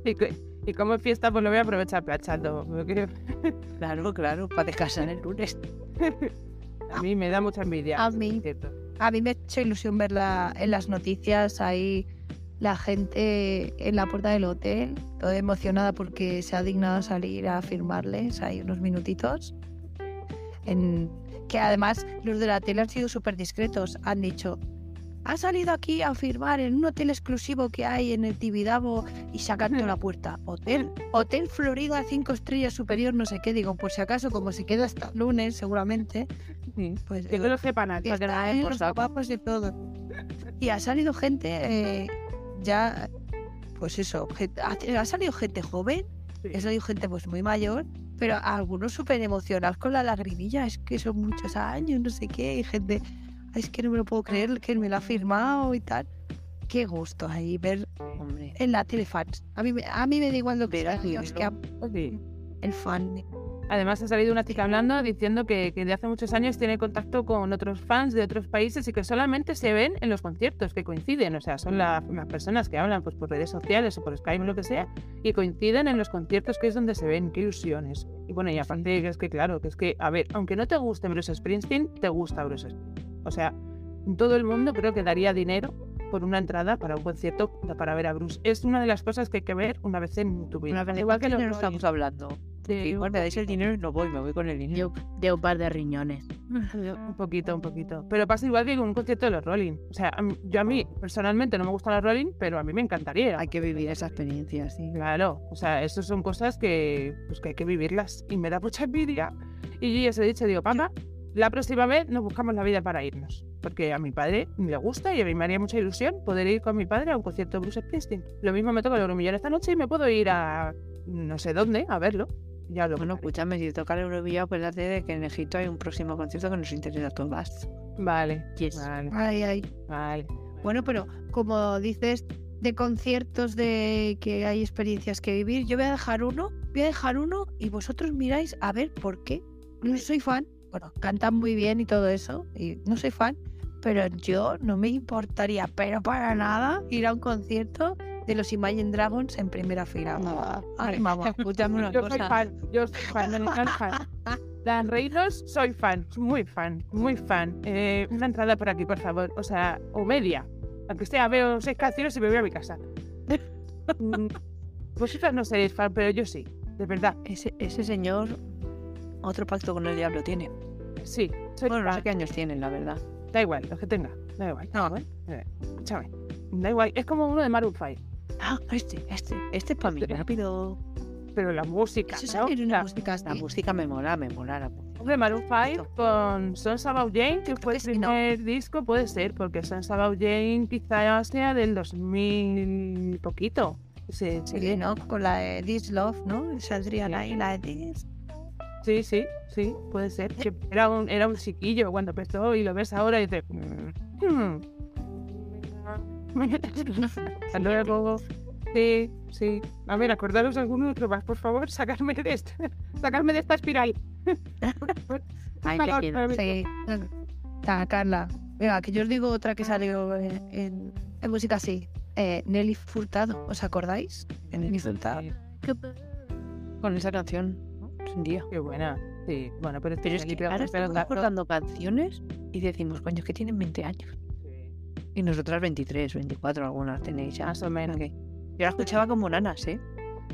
Y, que- y como es fiesta, pues lo voy a aprovechar planchando. porque claro, claro, para descansar el lunes. A mí me da mucha envidia. A mí. Cierto. a mí me ha hecho ilusión verla en las noticias ahí la gente en la puerta del hotel, toda emocionada porque se ha dignado salir a firmarles ahí unos minutitos. En- que además los de la tele han sido súper discretos, han dicho, ha salido aquí a firmar en un hotel exclusivo que hay en el Tibidabo y sacando la puerta. Hotel, Hotel Florida 5 estrellas superior, no sé qué, digo, por si acaso, como se queda hasta el lunes seguramente, pues Que no lo sepan que antes. está en los guapos de todo. Y ha salido gente eh, ya, pues eso, gente- ha, ha salido gente joven, Sí. ha salido gente pues muy mayor, pero algunos súper emocionados con la lagrimilla, es que son muchos años, no sé qué, y gente, "Ay, es que no me lo puedo creer, que me lo ha firmado y tal. Qué gusto ahí ver Hombre. en la tele fans. A mí, me- a mí me da igual lo que Ver a sea, yo es que Lilo. Sí. el fan. Además ha salido una chica hablando diciendo que, que de hace muchos años tiene contacto con otros fans de otros países y que solamente se ven en los conciertos que coinciden, o sea, son la- las personas que hablan pues, por redes sociales o por Skype o lo que sea y coinciden en los conciertos que es donde se ven, qué ilusiones. Y bueno, y aparte que es que claro, que es que, a ver, aunque no te guste Bruce Springsteen, te gusta Bruce Springsteen. O sea, todo el mundo creo que daría dinero por una entrada para un concierto para ver a Bruce. Es una de las cosas que hay que ver una vez en tu vida. Una vez- Igual que los no estamos hablando. de- Igual me dais el dinero y no voy, me voy con el dinero. Yo de un par de riñones. Un poquito, un poquito. Pero pasa igual que con un concierto de los Rolling. O sea, a mí- yo a mí personalmente no me gustan los Rolling, pero a mí me encantaría. Hay que vivir esa experiencia, sí. Claro, o sea, esas son cosas que, pues, que hay que vivirlas y me da mucha envidia. Y yo ya se he dicho, digo, papá, la próxima vez nos buscamos la vida para irnos. Porque a mi padre le gusta y a mí me haría mucha ilusión poder ir con mi padre a un concierto de Bruce Springsteen. Lo mismo me toca el Euromillón esta noche y me puedo ir a no sé dónde a verlo. Ya lo Bueno, pues, contaré. escúchame, si toca el Eurovilla, acuérdate de que en Egipto hay un próximo concierto que nos interesa a todas. Vale, Yes. pues, vale, Ay, ay. vale. Bueno, pero como dices de conciertos de que hay experiencias que vivir, yo voy a dejar uno, voy a dejar uno y vosotros miráis a ver por qué. No soy fan, bueno, cantan muy bien y todo eso, y no soy fan, pero yo no me importaría, pero para nada, ir a un concierto de los Imagine Dragons en primera fila. Ay, mamá. Escúchame una Yo soy cosa. fan, yo soy fan, me encanta. Las Reynolds, soy fan, muy fan, muy fan. Eh, una entrada por aquí, por favor. O sea, o media. Aunque sea, veo seis canciones y me voy a mi casa. Mm, Vosotras no seréis fan, pero yo sí, de verdad. eh, Ese, ese señor otro pacto con el diablo tiene. Sí, soy Bueno, no fan. sé qué años tienen, la verdad. Da igual, los que tenga. Da igual. No, Eh, Escúchame. Da igual. Es como uno de Maroon 5, Ah, este, este, este es para mí. Este. Rápido. pero la música. Eso es ¿no? una La- música La música me mola, me mola la música. Hombre, Maroon 5 con Sons About Jane, que fue que el sí, ¿no? primer disco, puede ser, porque Sons About Jane quizá sea del 2000 y poquito. Sí, sí, Sí, ¿no? Con la de This Love, ¿no? Saldrían Sí. ahí la de This. sí, sí, sí, puede ser. Que era, un, era un chiquillo cuando empezó y lo ves ahora y dices... "Mm, hmm". Hasta luego. Sí, sí. A ver, acordaros algún otro más, por favor, sacarme de esta, sacarme de esta espiral. Ahí te Calor, quedas. pero- Sí. eh, Ta, Carla. Venga, que yo os digo otra que salió en, en- en música así. Eh, Nelly Furtado, ¿os acordáis? Nelly Furtado. Con esa canción, ¿no? Es un día. Qué buena. Sí, bueno, pero, Pero es Nelly que Furtado- ahora pero estamos claro, recordando canciones y decimos, coño, es que tienen 20 años. sí, Y nosotras 23, 24, algunas tenéis ya. Más o menos. Ok. Yo la escuchaba como nanas, ¿eh?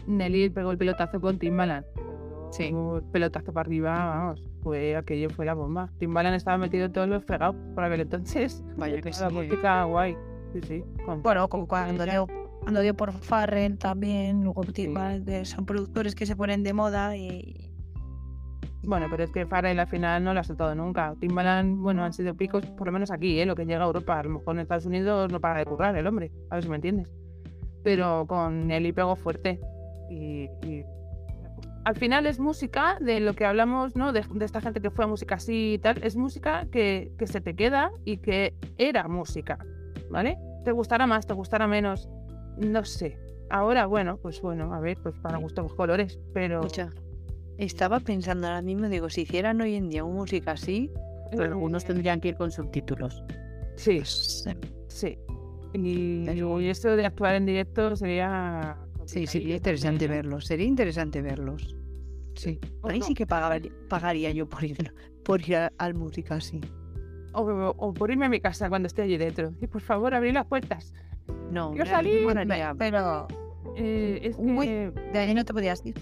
Nelly pegó el pelotazo con Timbaland. Sí. Un pelotazo para arriba, vamos. Fue aquello, fue la bomba. Timbaland estaba metido en todos los fregados por aquel entonces. Vaya que La sí. música guay. Sí, sí. Con- Bueno, como cuando Ya. dio, cuando dio por Farrell también, luego ti- Sí. va- de- son productores que se ponen de moda y Bueno, pero es que Farrell al final no lo ha soltado nunca. Timbaland, bueno, han sido picos, por lo menos aquí, ¿eh? lo que llega a Europa. A lo mejor en Estados Unidos no para de currar el hombre, a ver si me entiendes. Pero con Nelly pegó fuerte. Y, y- al final es música de lo que hablamos, ¿no? De, de esta gente que fue a música así y tal. Es música que, que se te queda y que era música, ¿vale? Te gustará más, te gustará menos, no sé. Ahora, bueno, pues bueno, a ver, pues para gustos los colores, pero... Escucha, estaba pensando ahora mismo, digo, si hicieran hoy en día una música así, Pero algunos tendrían que ir con subtítulos. eh, Sí, sí, Sí. Y, Pero- y eso de actuar en directo sería. sería complicadillo interesante también, ¿eh? verlos, sería interesante verlos. Sí, O ahí no. sí que pagaría, pagaría yo por ir, por ir a- al música así. O, o- o por irme a mi casa cuando esté allí dentro. Y por favor, abrir las puertas. No, Quiero me- me salir. molaría. pero Eh, es, Uy. que, de ahí no te podías ir.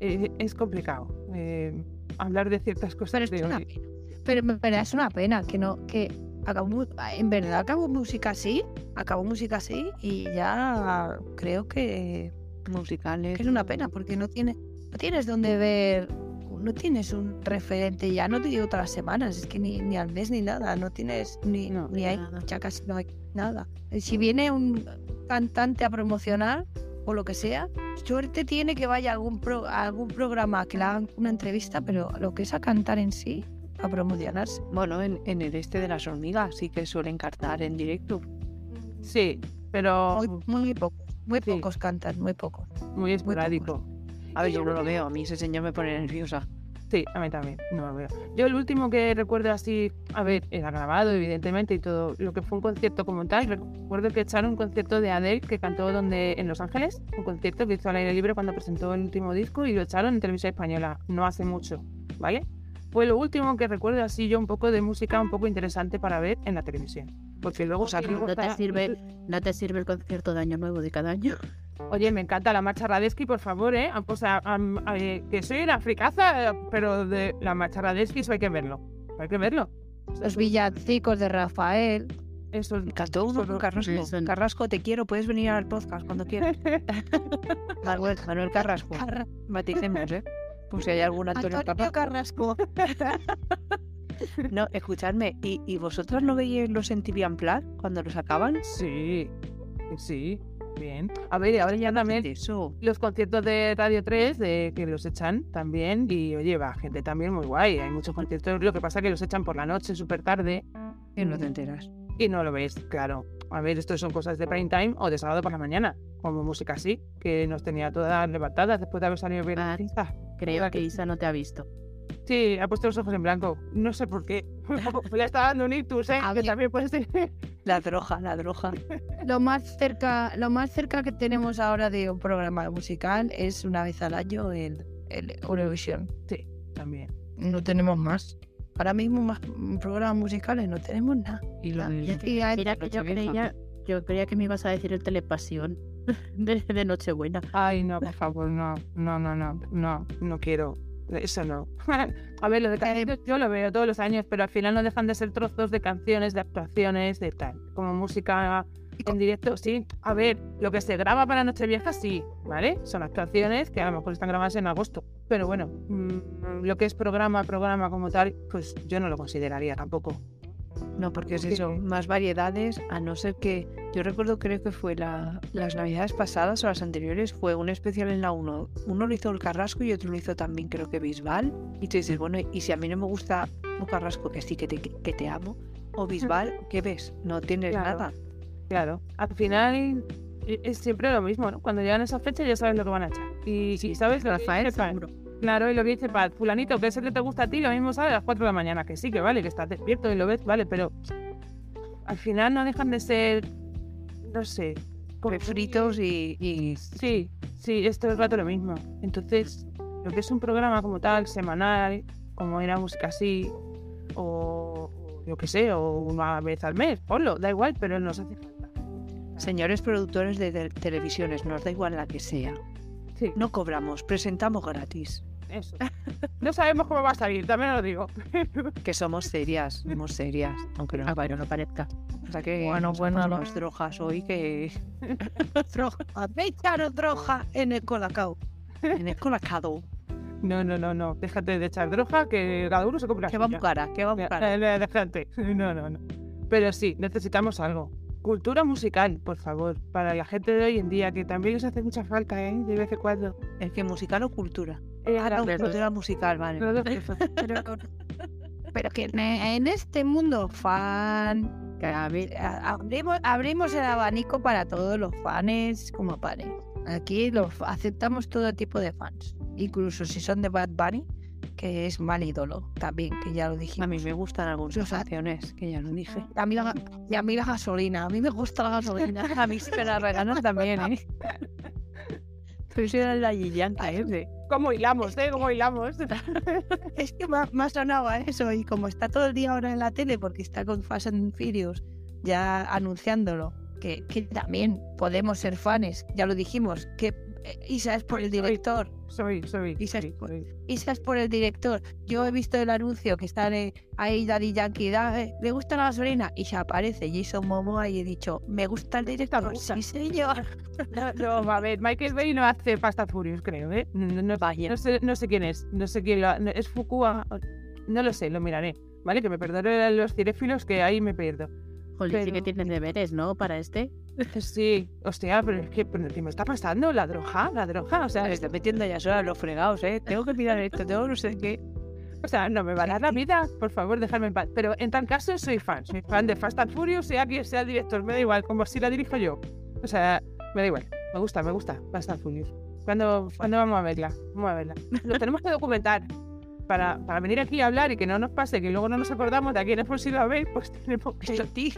eh, es complicado eh, hablar de ciertas Pero cosas. es de una hoy. pena. Pero en verdad es una pena que no, que acabó mu- en verdad acabó música así, acabó música así y ya creo que, musicales. que es una pena porque no tiene, no tienes donde ver, no tienes un referente ya, no te digo todas las semanas, es que ni, ni al mes ni nada, no tienes ni, No, ni hay, nada. ya casi no hay nada. Eh, Si viene un cantante a promocionar o lo que sea, suerte tiene que vaya a algún, pro- a algún programa que le hagan una entrevista, pero lo que es a cantar en sí, a promocionarse. Bueno, en, en el este de las hormigas sí que suelen cantar en directo. Sí, pero Muy, muy, muy pocos, muy Oh. Sí. pocos cantan, muy pocos. esporádico. A ver, yo no lo veo, a mí ese señor me pone nerviosa. Sí, a mí también, no lo veo. Yo el último que recuerdo así, a ver, era grabado evidentemente y todo lo que fue un concierto como tal, recuerdo que echaron un concierto de Adele que cantó donde en Los Ángeles, un concierto que hizo al aire libre cuando presentó el último disco y lo echaron en televisión española, no hace mucho, ¿vale? Fue lo último que recuerdo así yo un poco de música un poco interesante para ver en la televisión. Porque luego O sea, sí, que luego no te está- sirve- ¿No te sirve el concierto de Año Nuevo de cada año? Oye, me encanta la marcha Radesky, por favor, ¿eh? Ah, O sea, am- a- eh, que soy una fricaza, eh, pero de la marcha Radesky eso hay que verlo. Hay que verlo. Los villancicos de Rafael, Eso es... Cantó uno Solo- con Carrasco. Eso no. Carrasco, te quiero, puedes venir al podcast cuando quieras. Manuel, Manuel Carrasco. Carra- Baticemos, ¿eh? Pues si hay algún Pues, Antonio Antonio Carrasco. Carrasco. No, escuchadme, ¿y, y vosotros no veíais los en TV Unplugged cuando los acaban? Sí, sí, bien. A ver, y ahora ya De también Eso. los conciertos de Radio 3, de que los echan también, y oye, va gente también muy guay, hay muchos conciertos, lo que pasa que los echan por la noche, súper tarde, Que no te enteras. y no lo ves, claro. A ver, esto son cosas de prime time o de sábado por la mañana, como música así, que nos tenía todas levantadas después de haber salido bien la Vale. fiesta. Creo Hola, que ¿qué- Isa no te ha visto. Sí, ha puesto los ojos en blanco, no sé por qué. Le está dando un ictus, ¿eh? A Que ver. también puede ser. La droga, la droga. Lo más cerca, lo más cerca que tenemos ahora de un programa musical es una vez al año el, el Eurovision. Sí, también. No tenemos más. Ahora mismo más mm, programas musicales no tenemos nada. Y lo del- Mira Y hay- que, mira que yo Nochevieja. creía, yo creía que me ibas a decir el telepasión de, de Nochebuena. Ay, no, por favor, no, no, no, no, no, no quiero. Eso no. A ver, lo de canciones yo lo veo todos los años, pero al final no dejan de ser trozos de canciones, de actuaciones, de tal. Como música en directo, sí. A ver, lo que se graba para Nochevieja, sí, ¿vale? Son actuaciones que a lo mejor están grabadas en agosto. Pero bueno, mm, lo que es programa, programa como tal, pues yo no lo consideraría tampoco. No, porque es Porque- eso, más variedades, a no ser que. Yo recuerdo, creo que fue la- las navidades pasadas o las anteriores, fue un especial en la 1. Uno lo hizo el Carrasco y otro lo hizo también, creo que Bisbal. Y tú dices, bueno, y si a mí no me gusta o Carrasco, que sí que te, que te amo, o Bisbal, ¿qué ves? No tienes Claro. nada. Claro, al final e- es siempre lo mismo, ¿no? Cuando llegan esas fechas ya sabes lo que van a echar. Y, y sabes lo que Rafael, dice Pat. seguro. Claro, y lo que dice Pat, fulanito, que es el que te gusta a ti, lo mismo sabes a las 4 de la mañana, que sí, que vale, que estás despierto y lo ves, vale, pero al final no dejan de ser, no sé, como- Fritos y, y Sí, sí, es todo el rato lo mismo. Entonces, lo que es un programa como tal, semanal, como era música así, o o yo qué sé, o una vez al mes, ponlo, da igual, pero nos hace falta. señores productores de te- televisiones, nos da igual la que sea. Sí. No cobramos, presentamos gratis. Eso. No sabemos cómo va a salir, también os lo digo. Que somos serias, somos serias, aunque no Ah, bueno, no parezca. O sea que Bueno, nos bueno, ponemos drogas hoy que droga, me echaron droga en el colacao. en el colacado. No, no, no, no. Déjate de echar droga, que cada uno se compra. Que va suya. cara, que va Mira, cara. eh, eh, Déjate. No, no, no. Pero sí, necesitamos algo. Cultura musical, por favor, para la gente de hoy en día, que también les hace mucha falta, ¿eh? De vez en cuando. Es que musical o cultura. Eh, ahora Ah, os- cultura musical, vale. los dos cosas. Pero, pero que en, en este mundo fan, Que a ver, a- abrimos, abrimos el abanico para todos los fans como panes. Aquí los fa- aceptamos todo tipo de fans, incluso si son de Bad Bunny, que es mal ídolo también, que ya lo A dijimos. mí me gustan algunas Los a- canciones que ya no dije. A mí, la, ga- y a mí la gasolina, a mí me gusta la gasolina. A mí sí me la regalan también, ¿eh? Pero soy de la Yiyanka, ¿eh? De- ¿Cómo hilamos, eh? ¿Cómo hilamos? Es que me ha, me ha sonado a eso y como está todo el día ahora en la tele porque está con Fast and Furious ya anunciándolo, que, que también podemos ser fans, ya lo dijimos, que eh, Isa es por el director, Soy, soy. Y se- soy, soy. Isa es por el director. Yo he visto el anuncio que están eh, ahí Daddy Yankee, da- eh, le gusta la gasolina y se aparece Jason Momoa y he dicho, me gusta el director, gusta. sí señor. No, no, a ver, Michael Bay no hace Pasta Furious, creo, ¿eh? No, no- Vaya. No sé, no sé quién es, no sé quién lo ha- no- es Fukua, no lo sé, lo miraré, ¿vale? Que me perdonen los cinéfilos que ahí me pierdo. jolín, sí que pero- tienes deberes, ¿no? Para este. Sí, hostia, pero es que pero ¿qué me está pasando? La droga, la droga, o sea, Me está metiendo ya sola los fregados, ¿eh? Tengo que mirar esto, tengo no sé qué. o sea, no me va a dar la vida, por favor, dejadme en paz. Pero en tal caso soy fan, soy fan de Fast and Furious, sea quien sea el director, me da igual, como si la dirijo yo. O sea, me da igual, me gusta, me gusta Fast and Furious. ¿Cuándo, cuándo vamos a verla? Vamos a verla. Lo tenemos que documentar. Para, para venir aquí a hablar y que no nos pase, que luego no nos acordamos de a quién hemos ido a ver, pues tenemos que Esto, ti.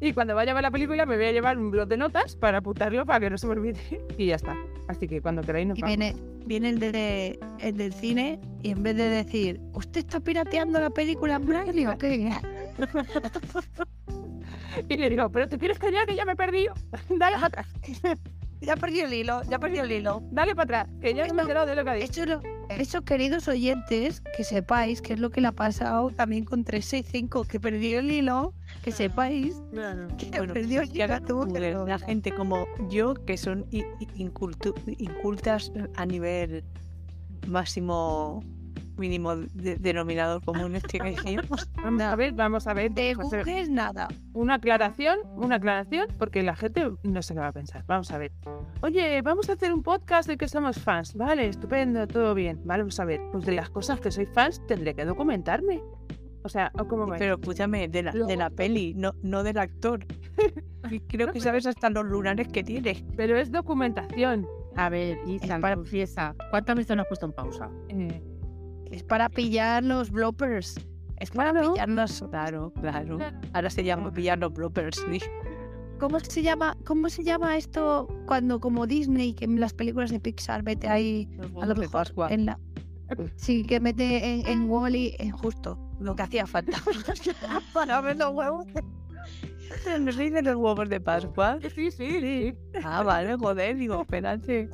Y cuando vaya a ver la película me voy a llevar un blog de notas para apuntarlo para que no se me olvide. Y ya está. Así que cuando queráis nos Y vamos. viene, viene el, de, el del cine y en vez de decir, ¿usted está pirateando la película en braille o qué? Y le digo, pero te quieres callar que ya me he perdido. Ah, Dale para atrás, Ya perdí el hilo, ya perdí el hilo. dale para atrás, que ya no me he enterado de lo que ha dicho. Eso, es lo- eso, queridos oyentes, que sepáis que es lo que le ha pasado también con 365, que perdió el hilo, que sepáis que Bueno, perdió el que hilo. haga tuvo que- puder la gente como yo, que son i- i- incultu- incultas a nivel máximo mínimo de- denominador común, este que decimos. Vamos a ver, vamos a ver. De vamos a hacer Google nada. Una aclaración, una aclaración, porque la gente no sé qué va a pensar. Vamos a ver. Oye, vamos a hacer un podcast de que somos fans. Vale, estupendo, todo bien. Vale, vamos a ver. Pues de las cosas que soy fans tendré que documentarme. O sea, ¿o ¿cómo va? Pero escúchame, de la, de la peli, no, no del actor. Y Creo que sabes hasta los lunares que tiene. Pero es documentación. A ver, Isa, para- confiesa. ¿Cuántas veces nos has puesto en pausa? Eh, Es para pillar los bloopers. Es para Claro. pillarnos. Claro, claro. Ahora se llama pillar los bloopers, sí. ¿Cómo se llama? ¿Cómo se llama esto cuando como Disney que en las películas de Pixar mete ahí a lo mejor en la sí que mete en, en Wally en justo lo que hacía falta para ver los huevos. ¿Nos dicen los huevos de Pascua? Sí, sí, sí. Ah, vale, joder, digo, espérate.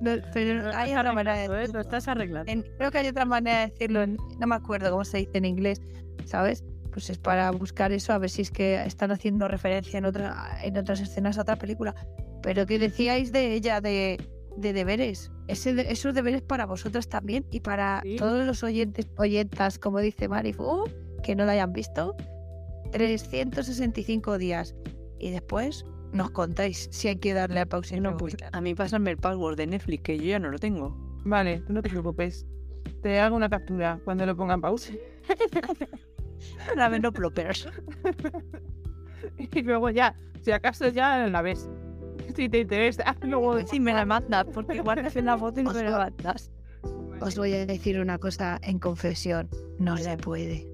No, pero hay una manera de Joder, eh, lo estás arreglando. en- creo que hay otra manera de decirlo, en- no me acuerdo cómo se dice en inglés, ¿sabes? Pues es para buscar eso, a ver si es que están haciendo referencia en, otra, en otras escenas a otra película. Pero que decíais de ella, de, de deberes. Ese de- esos deberes para vosotras también y para Sí. todos los oyentes, oyentas, como dice Marifu, que no la hayan visto, 365 días. Y después nos contáis si hay que darle a pausa y no No, pues a mí pásame el password de Netflix, que yo ya no lo tengo. Vale, tú no te preocupes. Te hago una captura cuando lo pongan pausa. Para ver los bloopers. Y luego ya, si acaso ya la ves. Si te interesa, luego Si me la mandas, porque guardas en la foto y no me la mandas. Os voy a decir una cosa en confesión, no se puede.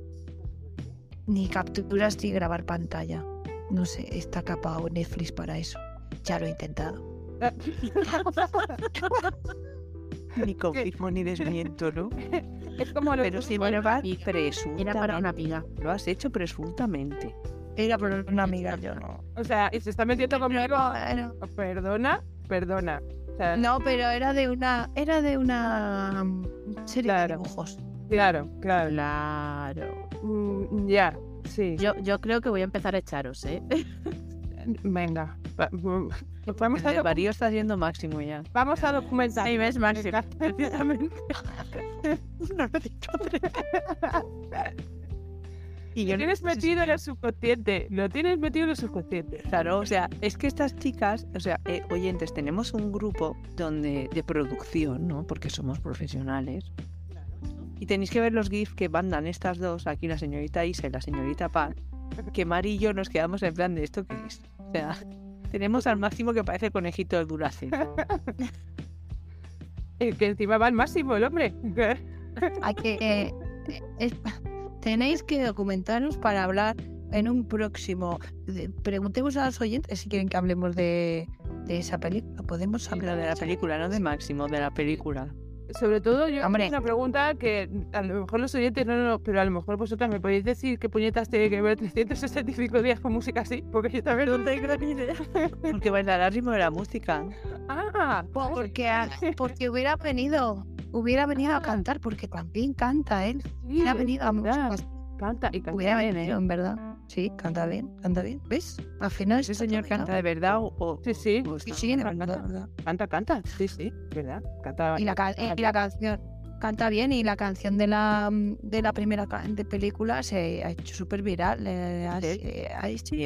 Ni capturas ni grabar pantalla. No sé, está capado Netflix para eso. Ya lo he intentado. Ni confirmo ni desmiento, ¿no? es como lo Pero si me lo vas Era presuntamente. Era para una amiga. Lo has hecho presuntamente. Era por una amiga, yo no. O sea, y se está metiendo conmigo. Bueno, Perdona, perdona. O sea, no, pero era de una, era de una mm, serie Claro. de dibujos. Claro, claro. Claro. Mm, ya, sí. Yo, yo creo que voy a empezar a echaros, ¿eh? Venga. va- mm, pues vamos, a El docu- varío está siendo máximo ya. vamos a documentar. Ahí ves, Maxi. Y Lo yo no- tienes metido en el subconsciente. Lo tienes metido en el subconsciente. Claro, o sea, es que estas chicas, o sea, eh, oyentes, tenemos un grupo donde de producción, ¿no? Porque somos profesionales. Y tenéis que ver los GIFs que mandan estas dos, aquí la señorita Isa y la señorita Pan, que Mari y yo nos quedamos en plan de esto que es. O sea, tenemos al máximo que parece conejito de Duracell. El Eh, que encima va al máximo, el hombre. Hay que, eh, es- tenéis que documentaros para hablar en un próximo. de- Preguntemos a los oyentes si quieren que hablemos de, de esa película. Podemos Habla hablar de la esa película, no de Máximo, de la película. Sobre todo, yo Hombre. es una pregunta que a lo mejor los oyentes no, no, no, pero a lo mejor vosotras me podéis decir qué puñetas tiene que ver 365 días con música así, porque yo también no tengo ni idea. Porque bailar al ritmo de la música. Ah, Po- Porque, a- porque hubiera venido, hubiera venido a cantar, porque también canta él. Ah. sí, Hubiera venido a verdad. música, Canta y canta. hubiera bien, ¿eh? venido, en verdad. Sí, canta bien, canta bien. ¿Ves? Al final ¿Ese está señor todo canta ligado. de verdad o, o- Sí, sí, o Sí, está- sí, de canta, verdad, de canta. verdad. canta, canta. Sí, sí, ¿verdad? Canta. Y la, ca- eh, y la canción canta bien y la canción de la mm, de la primera ca- de película se ha hecho súper viral. eh, ha- Sí. eh, ha hecho-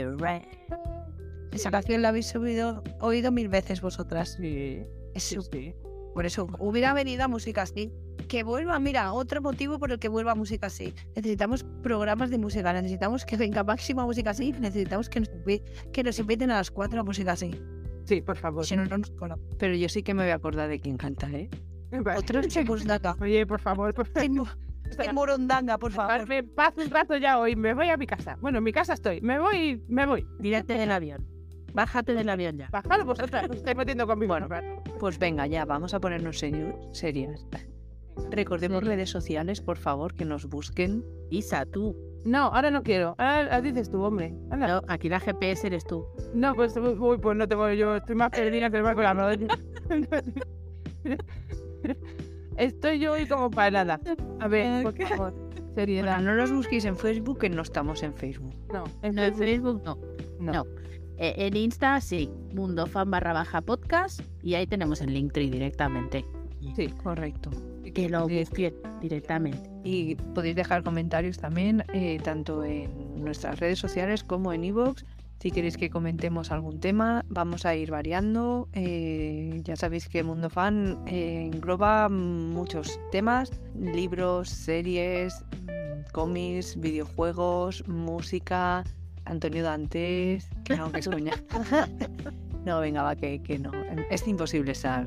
Esa canción la habéis subido, oído mil veces vosotras. Sí, Es sí, sí. Por eso, hubiera venido a música así. Que vuelva, mira, otro motivo por el que vuelva música así. Necesitamos programas de música, necesitamos que venga máxima música así, necesitamos que nos, invi- que nos inviten a las cuatro a música así. Sí, por Pues favor. Si no, no nos cola. Pero yo sí que me voy a acordar de quién canta, ¿eh? Otro chapuzdaca. Oye, por favor, por favor. En, mo- en morondanga, por favor. Dejarme en paz un rato ya hoy. Me voy a mi casa. Bueno, en mi casa estoy. Me voy, me voy. Tírate del avión. Bájate del avión ya. Bajalo vosotras. Os estáis metiendo conmigo. Bueno. Pues venga, ya, vamos a ponernos serio- serias. Recordemos redes sociales, por favor, que nos busquen. Isa, tú. No, ahora no quiero. Ahora dices tú, hombre. Anda. No, aquí la GPS eres tú. No, pues, uy, pues no tengo yo, estoy más perdida que el barco de la rodilla. Estoy yo hoy como parada. A ver, por favor, Bueno, seriedad. no nos busquéis en Facebook, que no estamos en Facebook. No, en No, en Facebook Facebook no. no. no. Eh, en Insta sí. Mundo fan barra baja podcast. Y ahí tenemos el Linktree directamente. Sí, Correcto. Que lo Sí. busquen directamente. Y podéis dejar comentarios también, eh, tanto en nuestras redes sociales como en iVoox. Si queréis que comentemos algún tema, vamos a ir variando. Eh, ya sabéis que Mundo Fan eh, engloba muchos temas, libros, series, mm, cómics, videojuegos, música, Antonio Dantes, no, que es coña. no, venga, va, que, que no. Es imposible esa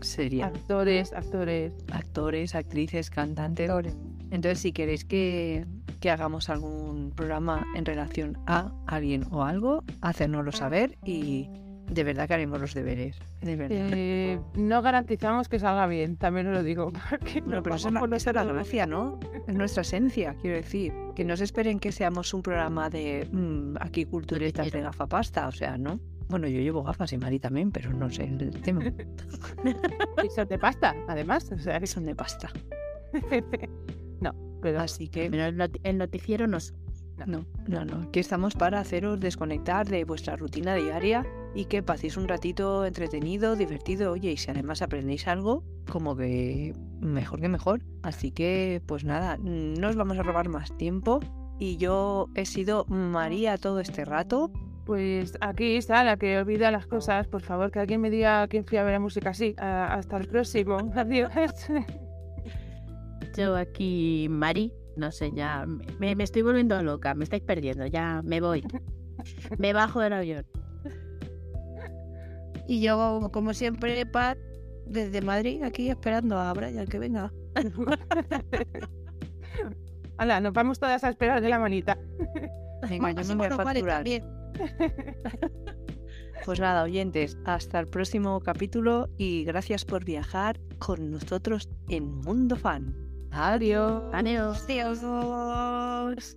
serie actores, actores. actores, actrices, cantantes. Entonces, si queréis que, que hagamos algún programa en relación a alguien o algo, Ah. hacérnoslo saber y de verdad que haremos los deberes. De verdad. Eh, no garantizamos que salga bien, también os lo digo. porque Bueno, pero nos vamos eso es la- por esa es la nuestro- gracia, ¿no? Es nuestra esencia, quiero decir. Que no se esperen que seamos un programa de mm, aquí culturistas de gafapasta, o sea, ¿no? Bueno, yo llevo gafas y Mari también, pero no sé el tema. Y son de pasta, además. O sea, que Son de pasta. no, pero Así que Pero el, not- el noticiero nos... No, no, no. Aquí estamos para haceros desconectar de vuestra rutina diaria y que paséis un ratito entretenido, divertido. Oye, y si además aprendéis algo, como que mejor que mejor. Así que, pues nada, no os vamos a robar más tiempo. Y yo he sido María todo este rato. pues aquí está la que olvida las cosas. Por favor, que alguien me diga quién fui a ver la música así. Ah, hasta el próximo. Adiós. Yo aquí, Mari, no sé, ya me, me estoy volviendo loca, me estáis perdiendo, ya me voy. Me bajo del avión. Y yo, como siempre, Pat, desde Madrid, aquí esperando a Brian que venga. Hala, nos vamos todas a esperar de la manita. Venga, yo Así me voy a Ah, bueno, vale, facturar. también. Pues nada, oyentes, hasta el próximo capítulo y gracias por viajar con nosotros en Mundo Fan. Adiós. Adiós. Adiós.